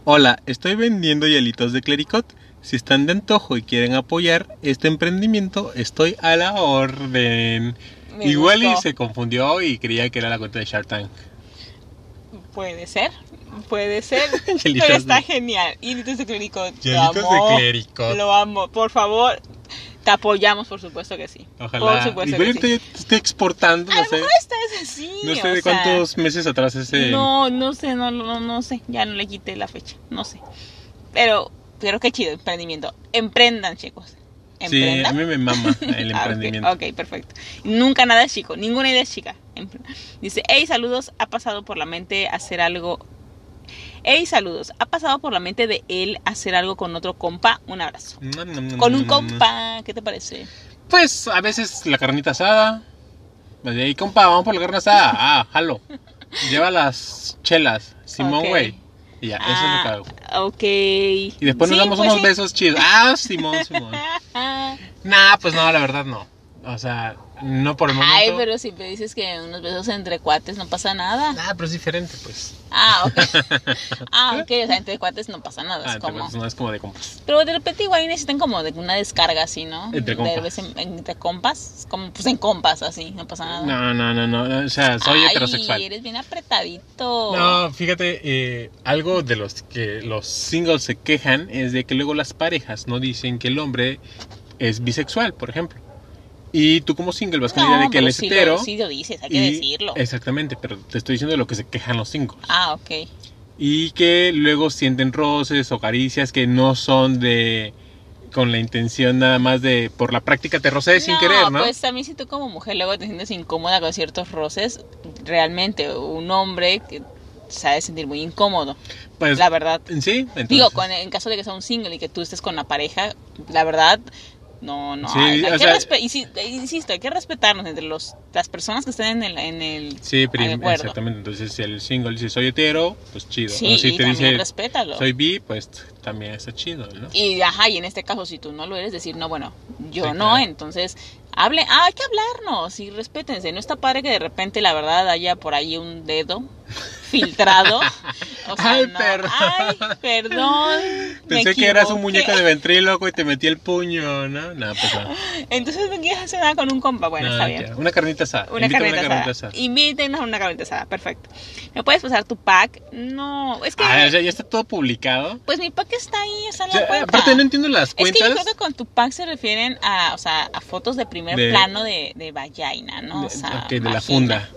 Hola, estoy vendiendo hielitos de clericot. Si están de antojo y quieren apoyar este emprendimiento, estoy a la orden. me Igual y gustó. se confundió y creía que era la cuenta de Shark Tank. Puede ser, puede ser, Hielitos pero está de- genial. Hilitos de clérico, lo Hielitos de amo, clérigo. lo amo. Por favor, te apoyamos, por supuesto que sí. Por Ojalá. supuesto Igual y que sí. te, te esté exportando, A no lo sé. mejor esta es así. No sé o de sea, cuántos meses atrás ese. No, no sé, no, no, no sé, ya no le quité la fecha, no sé. Pero, pero qué chido, emprendimiento. Emprendan, chicos. sí, a Emprendan. mí me mama el Ah, ok, emprendimiento. ok, perfecto. Nunca nada es chico, ninguna idea es chica. Empre- Dice, hey, saludos, ha pasado por la mente hacer algo... Hey, saludos, ha pasado por la mente de él hacer algo con otro compa. Un abrazo. Nom, nom, nom, Con nom, un nom, nom. compa, ¿qué te parece? Pues a veces la carnita asada. Oye, y compa, vamos por la carne asada. Ah, jalo. Lleva las chelas. Simón, Ok. güey. Y ya, eso es lo que hago. Ah, ok. pues Y después nos damos unos besos chidos. Ah, Simón, Simón. Nah, pues no, la verdad no. O sea, no por el momento. Ay, pero si me dices que unos besos entre cuates no pasa nada. Nah, pero es diferente, pues. Ah, ok. ah, ok, o sea, entre cuates no pasa nada. Ah, es entre como... compas, no es como de compas. Pero de repente igual necesitan como de una descarga así, ¿no? Entre De compas. vez en- entre compas. Es como pues en compas así, no pasa nada. No, no, no, no. no, O sea, soy Ah. Ay, heterosexual. eres bien apretadito. No, fíjate, eh, algo de los que los singles se quejan es de que luego las parejas no dicen que el hombre es bisexual, por ejemplo. Y tú como single vas pues, con la idea de que él pero es sí lo- hetero. Sí lo dices, hay que y- decirlo. Exactamente, pero te estoy diciendo de lo que se quejan los singles. Ah, ok. Y que luego sienten roces o caricias que no son de con la intención nada más de por la práctica te rocé sin querer, ¿no? Pues también si tú como mujer luego te sientes incómoda con ciertos roces, realmente un hombre que se ha de sentir muy incómodo, Pues, la verdad. sí, entonces. Digo, con, en caso de que sea un single y que tú estés con la pareja, la verdad, no, no. Sí, hay, hay o que sea- respe- y sí, eh, insisto, hay que respetarnos entre los, las personas que estén en el. En el Sí, prim- de acuerdo. exactamente. Entonces, si el single dice soy hetero, pues chido. sí, o si y te también dice respétalo. soy bi, pues t- también está chido, ¿no? Y ajá, y en este caso, si tú no lo eres, decir, no, bueno, yo Sí, no, claro. entonces. Hable, ah, hay que hablarnos y respétense. No está padre que de repente, la verdad, haya por ahí un dedo filtrado. O sea, Ay, no. perdón. Ay, perdón. me Pensé que eras un equivoqué. muñeco de ventríloco y te metí el puño, ¿no? No, pues no. Entonces no quieres hacer nada con un compa. Bueno, No, está bien. ya. Una carnita asada. Una Invítame carnita, asada. Invítenos a una carnita asada, perfecto. ¿Me puedes pasar tu pack? No, es que. Ah, ya, ya está todo publicado. Pues mi pack está ahí, está en Ya, la cuenta. aparte, no entiendo las es que cuentas. yo creo que con tu pack se refieren a, o sea, a fotos de primer De- plano de, de vagina, ¿no? de- O sea, ok, de vagina. la funda.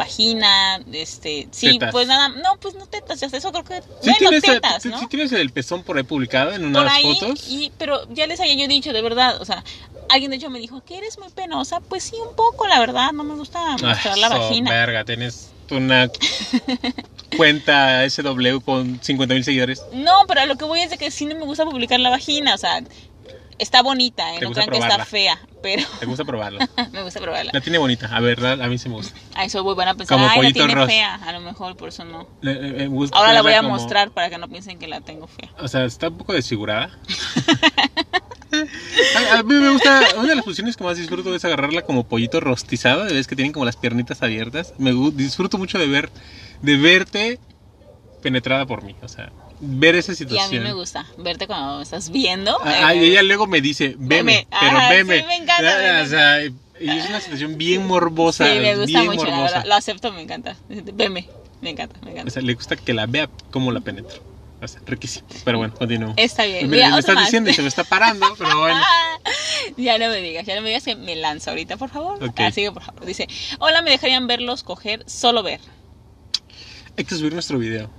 Vagina, este, sí, Tetas. pues nada, no, pues no tetas, ya sé, eso creo que, ¿Sí, bueno, tienes, el- tetas, sí- ¿no? sí tienes el pezón por ahí publicado en unas por ahí, fotos? y, pero ya les había yo dicho, de verdad, o sea, alguien de hecho me dijo, que eres muy penosa, pues sí, un poco, la verdad, no me gusta Ah, mostrar la so, vagina. verga, tienes una cuenta SW con 50 mil seguidores. No, pero a lo que voy es de que sí no me gusta publicar la vagina, o sea, está bonita, ¿eh? Te no gusta crean que está probarla. fea, pero Te gusta probarlo. me gusta probarla. La tiene bonita, a verdad, a mí se me gusta. A eso voy, van a pensar, Como ay, la pollito tiene Ross". fea, a lo mejor, por eso no. Le- le- me gusta Ahora la voy verla a como- mostrar para que no piensen que la tengo fea. O sea, está un poco desfigurada. a, a mí me gusta, una de las funciones que más disfruto es agarrarla como pollito rostizado, de vez que tienen como las piernitas abiertas. Me gu- disfruto mucho de ver, de verte penetrada por mí, o sea, ver esa Y a situación. mí me gusta verte cuando me estás viendo. Ah, ah, eh, y ella luego me dice, veme, Veme. pero Ajá, veme. sí, me encanta, Ah, me o sea, y es una situación bien morbosa, sí, me gusta bien mucho, la morbosa. verdad. Lo acepto, me encanta. Veme, me encanta, me O encanta. sea, le gusta que la vea cómo la penetro. O sea, riquísimo. Pero bueno, continuamos. Está bien. Pues Mira, Mira, me otro estás más. diciendo y se me está parando, pero bueno. Ya no me digas, ya no me digas que me lanza ahorita, por favor. Ok. Así que, por favor, dice, hola, me dejarían verlos coger, solo ver. Hay que subir nuestro video.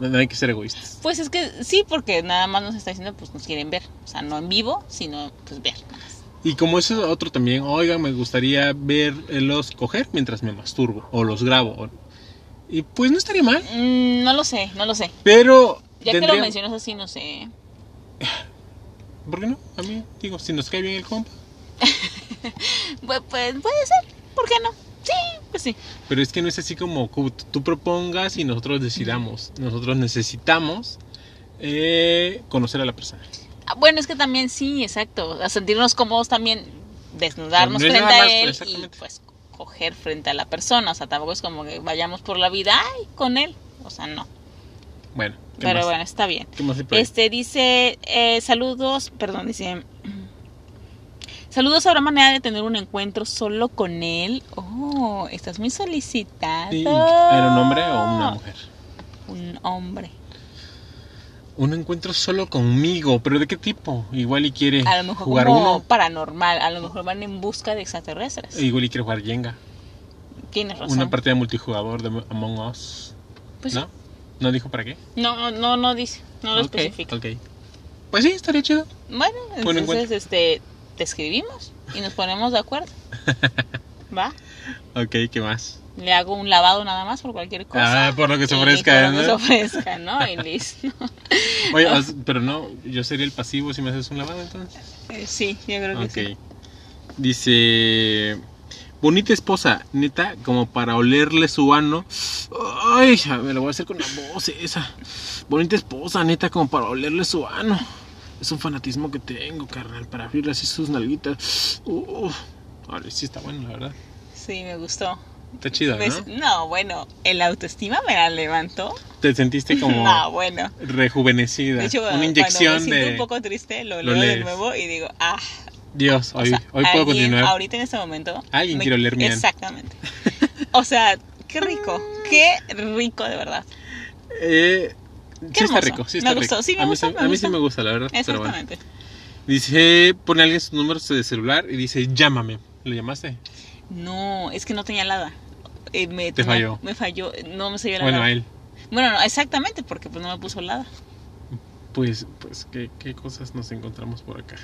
No, no hay que ser egoístas. Pues es que sí, porque nada más nos está diciendo, pues nos quieren ver. O sea, no en vivo, sino pues ver. nada más. Y como eso es otro también, oiga, me gustaría verlos coger mientras me masturbo o los grabo. o- Y pues no estaría mal, Mm, no lo sé, no lo sé. pero. Ya que tendría- lo mencionas así, no sé. ¿Por qué no? A mí, digo, si nos cae bien el compa. Pues, pues, puede ser, ¿por qué no? Sí, pues sí. Pero es que no es así como cu- tú propongas y nosotros decidamos. Nosotros necesitamos eh, conocer a la persona. Ah, Bueno, es que también sí, exacto. A sentirnos cómodos también, desnudarnos No es frente nada a más, él y exactamente. pues coger frente a la persona. O sea, tampoco es como que vayamos por la vida ay, con él. O sea, no. Bueno, ¿qué Pero más? bueno, está bien. ¿Qué más hay por ahí? Este dice, eh, saludos, perdón, dice, Saludos, habrá manera de tener un encuentro solo con él. Oh, estás muy solicitado. Sí, ¿Era un hombre o una mujer? Un hombre. Un encuentro solo conmigo, pero ¿de qué tipo? Igual y quiere A lo mejor Eh, jugar como uno. paranormal. A lo mejor van en busca de extraterrestres. Igual y quiere jugar Jenga. Tienes razón. Una partida multijugador de Among Us. Pues ¿No? ¿No dijo para qué? No, no, no, no dice, no lo Ok, especifica. ok. Pues sí, estaría chido. Bueno, Buen entonces encuentro. este te escribimos y nos ponemos de acuerdo. ¿Va? Ok, ¿qué más? Le hago un lavado nada más por cualquier cosa. Ah, por lo que se Y ofrezca, por lo que ¿no? se ofrezca, ¿no? Y listo. Oye, as- pero no, yo sería el pasivo si me haces un lavado entonces. Eh, Sí, yo creo que Ok. sí. Dice, bonita esposa, neta, como para olerle su ano. Ay, ya me lo voy a hacer con la voz esa. Bonita esposa, neta, como para olerle su ano. Es un fanatismo que tengo, carnal, para abrirle así sus nalguitas. Uf. Ahora sí está bueno, la verdad. Sí, me gustó. Está chido, ¿no? Pues, no, bueno, el autoestima me la levantó. Te sentiste como No, bueno. rejuvenecida. De hecho, Una cuando inyección me siento de un poco triste, lo, lo leo de lees. nuevo y digo, ah, Dios, O hoy, sea, hoy puedo alguien, continuar. Ahorita en este momento. Alguien quiere oler mi ano. Exactamente. O sea, qué rico. Qué rico, de verdad. Eh, sí está hermoso. rico, sí Me está gustó, rico. sí, me a, mí gustó, sí- me a mí gustó. sí me gusta, la verdad. Ah, Pero bueno. Exactamente. Dice, pone alguien su número de celular y dice, llámame. ¿Lo llamaste? No, es que no tenía nada. Eh, me, Te no, falló. Me falló. No me salió la bueno, lada. a él. Bueno, no, exactamente, porque pues no me puso nada. Pues, pues, ¿qué, qué cosas nos encontramos por acá?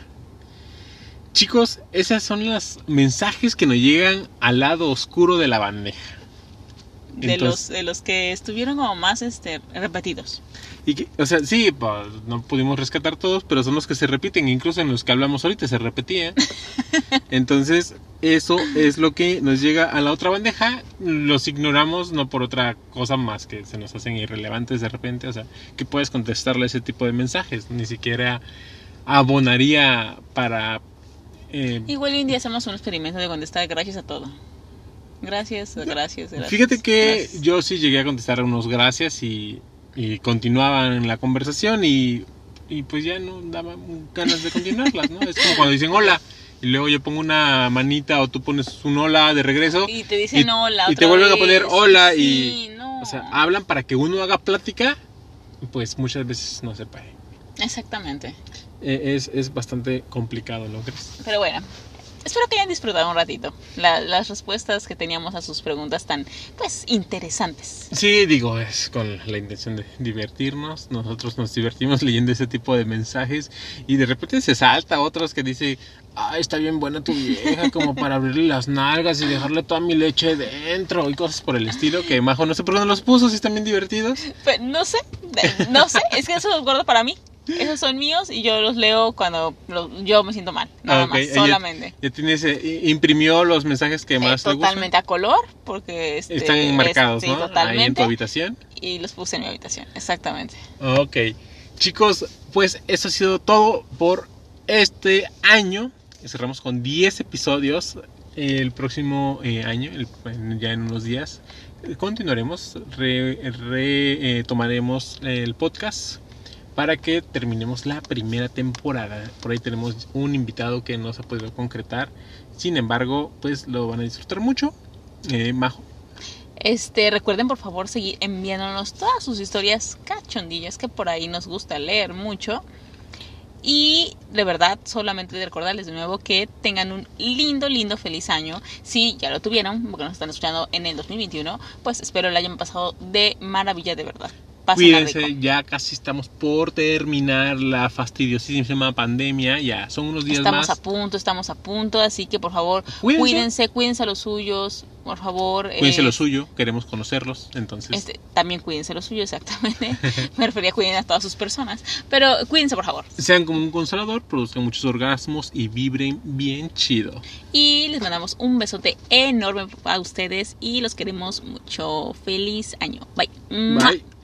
Chicos, esas son los mensajes que nos llegan al lado oscuro de la bandeja. De los, Entonces- de los que estuvieron como más este, repetidos. Y que- o sea, sí, pa, no pudimos rescatar todos, pero son los que se repiten, incluso en los que hablamos ahorita se repetía. Entonces, eso es lo que nos llega a la otra bandeja, los ignoramos no por otra cosa más que se nos hacen irrelevantes de repente, o sea, que puedes contestarle ese tipo de mensajes, ni siquiera abonaría para... eh, Igual y un día hacemos un experimento de contestar gracias a todo. Gracias, gracias, gracias. Fíjate que gracias. yo sí llegué a contestar unos gracias y, y continuaban la conversación y, y pues ya no daba ganas de continuarlas, ¿no? Es como cuando dicen hola y luego yo pongo una manita o tú pones un hola de regreso. Y te dicen Y- hola. y te otra vuelven a vez. poner hola y- Sí, no. O sea, ah. hablan para que uno haga plática, pues muchas veces no se puede. Exactamente. Eh, Es, es bastante complicado, ¿no crees? Pero bueno, espero que hayan disfrutado un ratito la- las respuestas que teníamos a sus preguntas tan, pues, interesantes. Sí, digo, es con la intención de divertirnos. Nosotros nos divertimos leyendo ese tipo de mensajes y de repente se salta otros que dice, ah, está bien buena tu vieja, como para abrirle las nalgas y dejarle toda mi leche dentro y cosas por el estilo, que Majo no sé por dónde los puso, si están bien divertidos. Pero Pues, no sé, de- no sé, es que esos los guardo para mí. Esos son míos y yo los leo cuando lo- yo me siento mal, nada Ah, ok, más, ella- solamente. Ya tienes, eh, imprimió los mensajes que Eh, más te gustan. totalmente a color, porque este, Están enmarcados, es- sí, ¿no? Ahí en tu totalmente. habitación. y los puse en mi habitación, exactamente. Ah, Ok. Chicos, pues eso ha sido todo por este año. Cerramos con 10 episodios. El próximo eh, año, el- en- ya en unos días, eh, continuaremos, re- re- eh, tomaremos el podcast para que terminemos la primera temporada. Por ahí tenemos un invitado que no se ha podido concretar. Sin embargo, pues lo van a disfrutar mucho. Eh, Majo. Este, recuerden por favor seguir enviándonos todas sus historias cachondillas que por ahí nos gusta leer mucho. Y de verdad, solamente de recordarles de nuevo que tengan un lindo, lindo, feliz año. Si ya lo tuvieron, porque nos están escuchando en el 2021, pues espero lo hayan pasado de maravilla de verdad. Pásenla rico. Cuídense, ya casi estamos por terminar la fastidiosísima pandemia. Ya son unos días Estamos más. a punto, estamos a punto, así que por favor, Cuídense. cuídense, cuídense a los suyos, por favor. Cuídense eh, lo suyo, queremos conocerlos. Entonces, Este, también cuídense lo suyo, exactamente. Me refería a cuiden a todas sus personas. Pero cuídense, por favor. sean como un consolador, produzcan muchos orgasmos y vibren bien chido. Y les mandamos un besote enorme a ustedes y los queremos mucho. Feliz año. Bye. Bye.